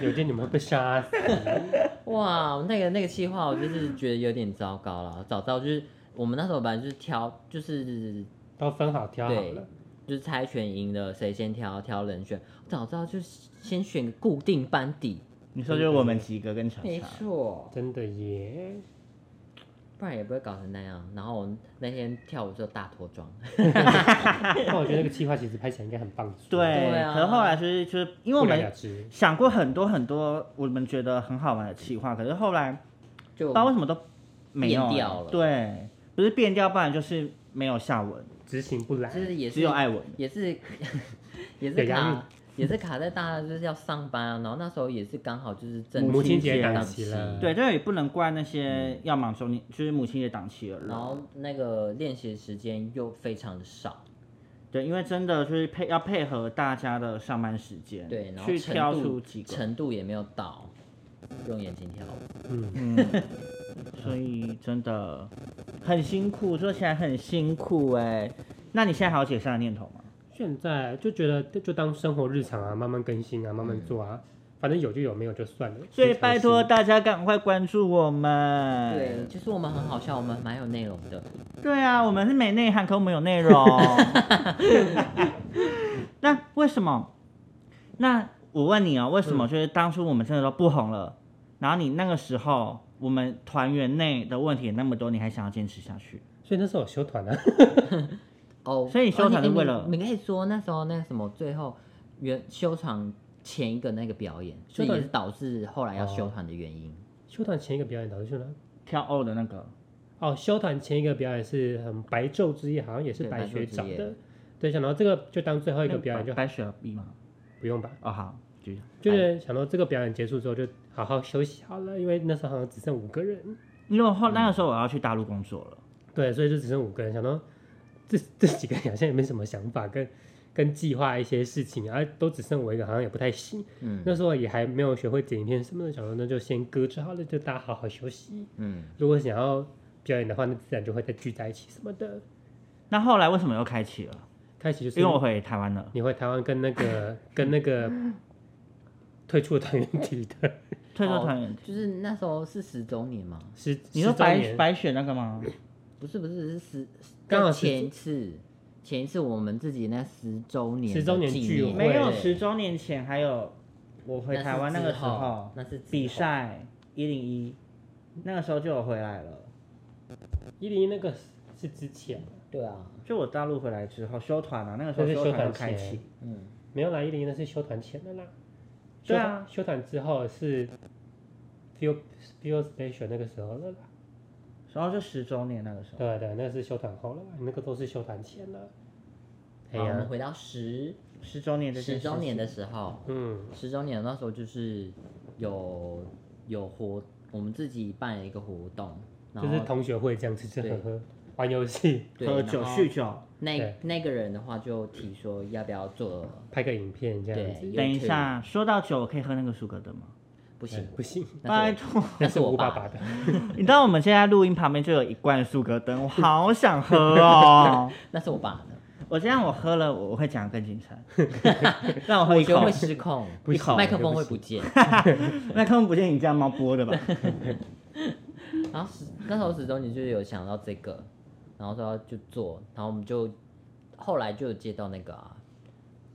[SPEAKER 1] 有天你们会被杀死。
[SPEAKER 3] 哇，那个那个计划，我就是觉得有点糟糕了。早知道就是我们那时候本来就是挑，就是
[SPEAKER 1] 都分好挑好
[SPEAKER 3] 对
[SPEAKER 1] 了，
[SPEAKER 3] 就是猜拳赢了，谁先挑挑人选。早知道就先选个固定班底，
[SPEAKER 2] 你说就是我们几个跟小
[SPEAKER 3] 没
[SPEAKER 2] 乔，
[SPEAKER 3] 错，
[SPEAKER 1] 真的耶！
[SPEAKER 3] 不然也不会搞成那样。然后我那天跳舞就大脱妆，
[SPEAKER 1] 但我觉得那个计划其实拍起来应该很棒。
[SPEAKER 2] 对，
[SPEAKER 3] 对啊
[SPEAKER 2] 可是后来就是就是因为我
[SPEAKER 1] 不了了
[SPEAKER 2] 们
[SPEAKER 1] 之，
[SPEAKER 2] 想过很多很多我们觉得很好玩的企划，可是后来
[SPEAKER 3] 就
[SPEAKER 2] 不知道为什么都没有
[SPEAKER 3] 变掉了
[SPEAKER 2] 对，不是变掉，不然就是没有下文，
[SPEAKER 1] 执行不来
[SPEAKER 3] 就。是也
[SPEAKER 2] 只
[SPEAKER 3] 是
[SPEAKER 2] 有艾文。
[SPEAKER 3] 也是也
[SPEAKER 1] 有
[SPEAKER 3] 是
[SPEAKER 1] 压力
[SPEAKER 3] 卡也是卡在大家就是要上班啊，然后那时候也是刚好就是正
[SPEAKER 1] 母亲节
[SPEAKER 3] 档
[SPEAKER 1] 档期了
[SPEAKER 2] 对，这也不能怪那
[SPEAKER 3] 嗯
[SPEAKER 2] 些要忙周年，就是母亲节档期的人。
[SPEAKER 3] 然后那个练习的时间又非常的少，
[SPEAKER 2] 对，因为真的就是配要配合大家的上班时间，
[SPEAKER 3] 对，然后
[SPEAKER 2] 去
[SPEAKER 3] 程
[SPEAKER 2] 挑
[SPEAKER 3] 度
[SPEAKER 2] 出几个，
[SPEAKER 3] 程度也没有到，用眼睛跳舞。
[SPEAKER 1] 嗯，
[SPEAKER 2] 嗯，所以真的很辛苦，做起来很辛苦哎、那你现在还有解散的念头吗？
[SPEAKER 1] 现在就觉得就当生活日常啊，慢慢更新啊，慢慢做啊，反正有就有，没有就算了。
[SPEAKER 2] 所以
[SPEAKER 1] 平常
[SPEAKER 2] 拜
[SPEAKER 1] 心
[SPEAKER 2] 托大家赶快关注我们。
[SPEAKER 3] 对，就是我们很好笑，我们蛮有内容的。
[SPEAKER 2] 对啊，我们是没内涵，可我们有内容。那为什么？那我问你哦，为什么就是当初我们真的都不红了，然后你那个时候我们团员内的问题也那么多，你还想要坚持下去？
[SPEAKER 1] 所以那时候我修团啊，
[SPEAKER 3] 哦，
[SPEAKER 2] 所以你修团是为了
[SPEAKER 3] 哦你你你可以说那时候那个什么，最后原修团前一个那个表演，
[SPEAKER 1] 修
[SPEAKER 3] 所以
[SPEAKER 1] 团
[SPEAKER 3] 也是导致后来要修团的原因。
[SPEAKER 2] 哦
[SPEAKER 1] 修团前一个表演导致修团。
[SPEAKER 2] 跳欧的那个，
[SPEAKER 1] 哦，修团前一个表演是很白昼之夜，好像也是
[SPEAKER 3] 对白
[SPEAKER 1] 白
[SPEAKER 3] 昼
[SPEAKER 1] 学
[SPEAKER 3] 之
[SPEAKER 1] 长
[SPEAKER 3] 夜
[SPEAKER 1] 的。对，想到这个就当最后一个
[SPEAKER 2] 那
[SPEAKER 1] 表演就
[SPEAKER 2] 白白雪碧吗？
[SPEAKER 1] 不用吧，
[SPEAKER 2] 哦，好，就这样
[SPEAKER 1] 就是想到这个表演结束之后就好好休息好了，因为那时候好像只剩五个人。
[SPEAKER 2] 因为我后那个时候我要去大陆工作了，
[SPEAKER 1] 对，所以就只剩五个人，想到这这几个人好像也没什么想法跟跟计划一些事情啊，都只剩我一个，好像也不太行。
[SPEAKER 3] 嗯
[SPEAKER 1] 那时候也还没有学会剪影片什么的，想说那就先搁置好了，就大家好好休息。
[SPEAKER 3] 嗯，
[SPEAKER 1] 如果想要表演的话，那自然就会再聚在一起什么的。
[SPEAKER 2] 那后来为什么又开启了？
[SPEAKER 1] 开始就是
[SPEAKER 2] 因为我回台湾了。
[SPEAKER 1] 你回台湾跟那个跟那个退出团员 提的
[SPEAKER 2] 退出团员，
[SPEAKER 3] 就是那时候是十周年嘛，
[SPEAKER 1] 十
[SPEAKER 2] 你说
[SPEAKER 1] 哦十周
[SPEAKER 2] 白
[SPEAKER 1] 年
[SPEAKER 2] 白雪那个吗？
[SPEAKER 3] 不是不是是十，
[SPEAKER 1] 刚好
[SPEAKER 3] 在
[SPEAKER 1] 十
[SPEAKER 3] 前一次，前一次我们自己那十周年的
[SPEAKER 1] 十周年
[SPEAKER 3] 纪
[SPEAKER 1] 聚
[SPEAKER 3] 念
[SPEAKER 1] 会
[SPEAKER 2] 没有，十周年前还有我回台湾那个时候，
[SPEAKER 3] 那是之后
[SPEAKER 2] 比赛一零一，那个时候就有回来了。
[SPEAKER 1] 一零一那个是之前
[SPEAKER 3] 对啊，
[SPEAKER 2] 就我大陆回来之后修团啊，那个时候
[SPEAKER 1] 那是
[SPEAKER 2] 修团
[SPEAKER 1] 修团
[SPEAKER 2] 就开
[SPEAKER 1] 前
[SPEAKER 2] 启，
[SPEAKER 3] 嗯，
[SPEAKER 1] 没有啦，一零一那是休团前的啦。
[SPEAKER 2] 对啊
[SPEAKER 1] 休团，休团之后是 feel feel special 那个时候了啦。
[SPEAKER 2] 然后就十周年那个时候。
[SPEAKER 1] 对对，那是休团后了啦，那个都是休团前了。哎
[SPEAKER 3] 好，我们
[SPEAKER 1] 呀，
[SPEAKER 3] 回到十
[SPEAKER 2] 十周年的
[SPEAKER 3] 十周年的时候，
[SPEAKER 1] 嗯，
[SPEAKER 3] 十周年那时候就是有有活，我们自己办了一个活动，然
[SPEAKER 1] 就
[SPEAKER 3] 后
[SPEAKER 1] 是同学会这样吃吃喝喝玩游戏，
[SPEAKER 3] 对
[SPEAKER 2] 喝酒
[SPEAKER 3] 然后
[SPEAKER 2] 酗酒，
[SPEAKER 3] 那
[SPEAKER 1] 对
[SPEAKER 3] 那个人的话就提说要不要做，
[SPEAKER 1] 拍个影片这样子。
[SPEAKER 3] 对，
[SPEAKER 2] 等一，下说到酒，我可以喝那个苏格的吗？
[SPEAKER 3] 不行，
[SPEAKER 1] 哎不行，
[SPEAKER 2] 拜
[SPEAKER 3] 那是
[SPEAKER 2] 托，
[SPEAKER 1] 那是
[SPEAKER 3] 是我
[SPEAKER 1] 吴爸爸
[SPEAKER 3] 爸
[SPEAKER 1] 的。
[SPEAKER 2] 你知道我们现在录音旁边就有一罐苏格登，我好想喝 哦。
[SPEAKER 3] 那是我爸的，
[SPEAKER 2] 我这样我喝了，我我会讲得更 精彩。让我喝
[SPEAKER 3] 我
[SPEAKER 2] 一
[SPEAKER 3] 觉得
[SPEAKER 2] 口
[SPEAKER 3] 会，失控
[SPEAKER 1] 不行，
[SPEAKER 3] 麦克风会
[SPEAKER 1] 不
[SPEAKER 3] 不见。
[SPEAKER 2] 那他们不见你这样猫播的吧？
[SPEAKER 3] 然后始那时候始终你就是有想到这个，然后说要就做，然后我们就后来就有接到那个啊，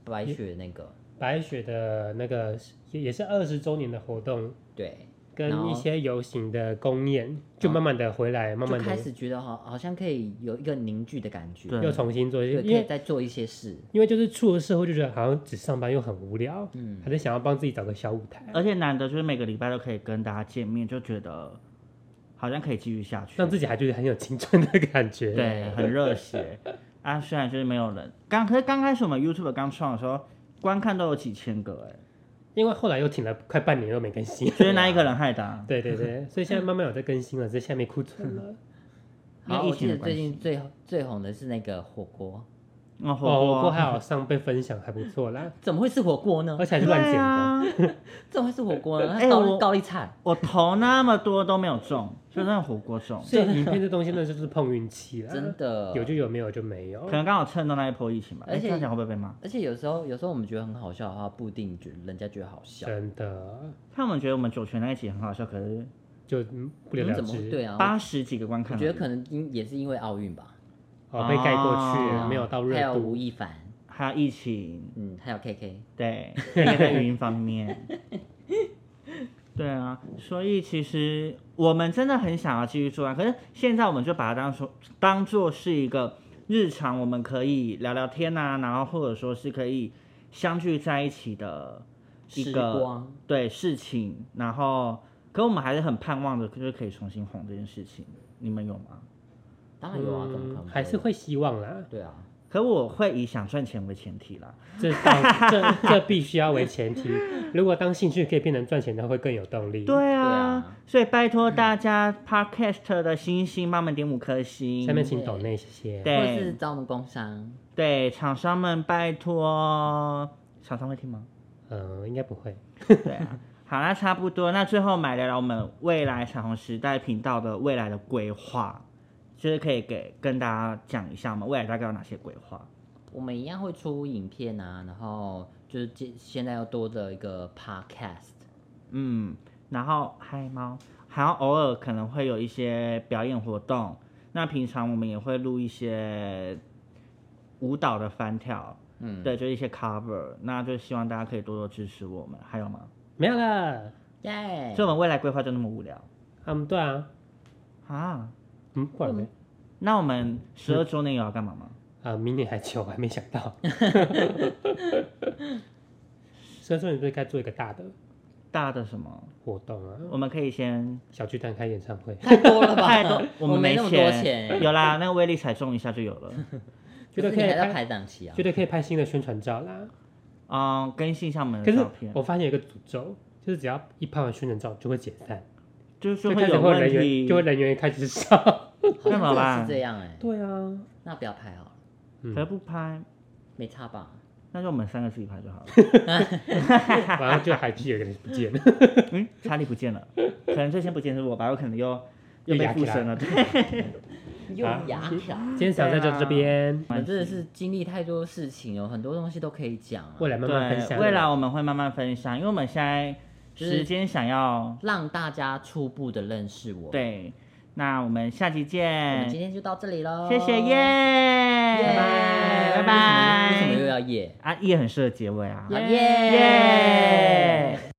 [SPEAKER 3] 白雪那个，
[SPEAKER 1] 白雪的那个也也是二十周年的活动，
[SPEAKER 3] 对，然
[SPEAKER 1] 跟
[SPEAKER 3] 后
[SPEAKER 1] 一些游行的公演，就慢慢的回来，慢
[SPEAKER 3] 就
[SPEAKER 1] 慢
[SPEAKER 3] 开
[SPEAKER 1] 的
[SPEAKER 3] 始觉得好好像可以有一个凝聚的感觉，
[SPEAKER 2] 对
[SPEAKER 1] 又重新做一些，
[SPEAKER 3] 对，
[SPEAKER 1] 因
[SPEAKER 3] 可以
[SPEAKER 1] 为
[SPEAKER 3] 再做一些事，
[SPEAKER 1] 因为就是出了社会就觉得好像只上班又很无聊，
[SPEAKER 3] 嗯
[SPEAKER 1] 还是想要帮自己找个小舞台，
[SPEAKER 2] 而且难得就是每个礼拜都可以跟大家见面，就觉得好像可以继续下去
[SPEAKER 1] 让。自己还觉得很有青春的感觉。
[SPEAKER 2] 对，很热血啊！虽然就是没有人，刚可是刚开始我们 YouTube 刚创的时候，观看都有几千个哎、
[SPEAKER 1] 因为后来又停了快半年，又没更新。
[SPEAKER 2] 所以那一个人害的啊、
[SPEAKER 1] 对对对，所以现在慢慢有在更新了，只是下面库存
[SPEAKER 3] 嗯
[SPEAKER 1] 了。
[SPEAKER 2] 因为
[SPEAKER 3] 然后
[SPEAKER 2] 疫
[SPEAKER 3] 我
[SPEAKER 2] 情
[SPEAKER 3] 记
[SPEAKER 2] 的
[SPEAKER 3] 得最
[SPEAKER 2] 关
[SPEAKER 3] 近最最红的是那个火锅，
[SPEAKER 2] 那火
[SPEAKER 1] 哦，
[SPEAKER 2] 锅、
[SPEAKER 1] 火
[SPEAKER 3] 啊
[SPEAKER 1] 锅还有上被分享，还不错啦，
[SPEAKER 3] 怎么会是火 锅呢
[SPEAKER 1] 而？且还是乱剪
[SPEAKER 2] 对
[SPEAKER 1] 的。
[SPEAKER 2] 啊，
[SPEAKER 3] 怎么会是火锅呢？
[SPEAKER 2] 哎
[SPEAKER 3] 它高
[SPEAKER 2] 我
[SPEAKER 3] 丽高丽菜，
[SPEAKER 2] 我投那么多都没有中，就那火锅中，
[SPEAKER 1] 所以影片这东西呢，就是碰运气啦，
[SPEAKER 3] 真的
[SPEAKER 1] 有就有，没有就没有
[SPEAKER 2] 可。能刚好蹭到那一波疫情吧。哎、
[SPEAKER 3] 哦而且
[SPEAKER 2] 这样讲会不会被骂？
[SPEAKER 3] 而且有时候有时候我们觉得很好笑的话，不一定觉人家觉得好笑，
[SPEAKER 1] 真的
[SPEAKER 2] 他们觉得我们九泉那一集很好笑，可是
[SPEAKER 1] 就嗯不了
[SPEAKER 3] 你们
[SPEAKER 1] 了
[SPEAKER 3] 怎么会
[SPEAKER 1] 之，
[SPEAKER 3] 对啊？
[SPEAKER 2] 八十几个观
[SPEAKER 3] 我
[SPEAKER 2] 看而已，
[SPEAKER 3] 觉得可能因也是因为奥运吧，
[SPEAKER 1] 哦被盖过去，
[SPEAKER 2] 哦
[SPEAKER 1] 没有到
[SPEAKER 3] 啊还
[SPEAKER 1] 热
[SPEAKER 3] 有吴
[SPEAKER 1] 度。
[SPEAKER 3] 亦凡，
[SPEAKER 2] 还有疫情，
[SPEAKER 3] 嗯，还有 KK，
[SPEAKER 2] 对，应该在语音方面。对啊，所以其实我们真的很想要继续做啊，可是现在我们就把它当做当做是一个日常，我们可以聊聊天啊，然后或者说是可以相聚在一起的一
[SPEAKER 3] 时
[SPEAKER 2] 个
[SPEAKER 3] 光，
[SPEAKER 2] 对事情，然后可我们还是很盼望的，就是可以重新红这件事情，你们有吗？
[SPEAKER 3] 当然有啊，怎么可能
[SPEAKER 1] 嗯
[SPEAKER 3] 不
[SPEAKER 1] 还是会希望啦，
[SPEAKER 3] 对啊，
[SPEAKER 2] 可我会以想赚钱为前提啦，
[SPEAKER 1] 这当这这必须要为前提。如果当兴趣可以变成赚钱的话，会更有动力。，
[SPEAKER 2] 对啊，
[SPEAKER 3] 啊
[SPEAKER 2] 所以拜托大家 podcast 的星星帮忙点五颗星。
[SPEAKER 1] 下面请抖内，谢谢。
[SPEAKER 3] 或者是
[SPEAKER 2] 对
[SPEAKER 3] 招我们工商，
[SPEAKER 2] 对，厂商们拜托，厂商会听吗？
[SPEAKER 1] 嗯，应该不会。
[SPEAKER 2] 对啊，好啦，差不多。那最后买聊聊我们未来彩虹时代频道的未来的规划，就是可以给跟大家讲一下我们未来大概有哪些规划。
[SPEAKER 3] 我们一样会出影片啊，然后就是现现在又多了一个 podcast，
[SPEAKER 2] 嗯，然后嗨猫，还有偶尔可能会有一些表演活动。那平常我们也会录一些舞蹈的翻跳，
[SPEAKER 3] 嗯，
[SPEAKER 2] 对，就一些 cover，那就希望大家可以多多支持我们。还有吗？
[SPEAKER 1] 没有了。
[SPEAKER 3] 耶
[SPEAKER 2] 所以，我们未来规划就那么无聊
[SPEAKER 1] 嗯，对啊，
[SPEAKER 2] 啊？
[SPEAKER 1] 嗯，不然呢？
[SPEAKER 2] 那我们十二周年有要干嘛吗？
[SPEAKER 1] 啊，明年还久，还没想 到。所以说，你不是该做一个大的
[SPEAKER 2] 大的什么？
[SPEAKER 1] 活动啊？
[SPEAKER 2] 我们可以先
[SPEAKER 1] 小巨蛋开演唱会，
[SPEAKER 3] 太多了吧，
[SPEAKER 2] 太 多，我们
[SPEAKER 3] 没
[SPEAKER 2] 钱。
[SPEAKER 3] 那么多钱，
[SPEAKER 2] 有啦，那个威力彩中一下就有了。
[SPEAKER 1] 觉
[SPEAKER 3] 可
[SPEAKER 1] 得
[SPEAKER 3] 是
[SPEAKER 1] 可
[SPEAKER 3] 你
[SPEAKER 1] 以
[SPEAKER 3] 还在
[SPEAKER 1] 拍，
[SPEAKER 3] 排档期啊
[SPEAKER 1] 觉，得可以拍新的宣传照啦。
[SPEAKER 2] 嗯，更新一下我们
[SPEAKER 1] 可
[SPEAKER 2] 的
[SPEAKER 1] 是
[SPEAKER 2] 照片
[SPEAKER 1] 我，发现有一个诅咒，就是只要一拍完宣传照就会解散，
[SPEAKER 2] 就是
[SPEAKER 1] 就
[SPEAKER 2] 会
[SPEAKER 1] 开始
[SPEAKER 2] 有
[SPEAKER 1] 会
[SPEAKER 2] 问
[SPEAKER 1] 人
[SPEAKER 2] 题
[SPEAKER 1] 员，就会人员开始少。
[SPEAKER 3] 好像
[SPEAKER 2] 干嘛
[SPEAKER 3] 真的
[SPEAKER 2] 吧
[SPEAKER 3] 是这样哎，
[SPEAKER 1] 对啊，
[SPEAKER 3] 那不要拍好了，
[SPEAKER 1] 嗯
[SPEAKER 2] 可是不拍，
[SPEAKER 3] 没差
[SPEAKER 2] 啊
[SPEAKER 3] 吧？
[SPEAKER 2] 那就我们三个自己拍就好了。
[SPEAKER 1] 然后就还是有个人不见了。
[SPEAKER 2] 嗯， 查理不见了，可能最先不见是我吧，有可能又又
[SPEAKER 1] 又
[SPEAKER 2] 被
[SPEAKER 1] 压起
[SPEAKER 2] 附
[SPEAKER 1] 来
[SPEAKER 2] 身了。对，
[SPEAKER 3] 用牙条。
[SPEAKER 1] 今天想在就这边，
[SPEAKER 3] 我们真的是经历太多事情哦，很多东西都可以讲、啊，
[SPEAKER 1] 未 来慢慢分享。
[SPEAKER 2] 对，未来我们会慢慢分享，因为我们现在时间想要
[SPEAKER 3] 让大家初步的认识我。，
[SPEAKER 2] 对。那我们下期
[SPEAKER 3] 我们今
[SPEAKER 2] 见，
[SPEAKER 3] 天就到这里喽，
[SPEAKER 2] 谢谢耶，
[SPEAKER 3] 耶
[SPEAKER 2] 拜拜拜
[SPEAKER 3] 为什么为什么又
[SPEAKER 2] 拜。
[SPEAKER 3] 要耶？
[SPEAKER 2] 啊，也很适合结尾啊，
[SPEAKER 3] 好
[SPEAKER 1] 耶
[SPEAKER 3] 耶
[SPEAKER 2] 耶。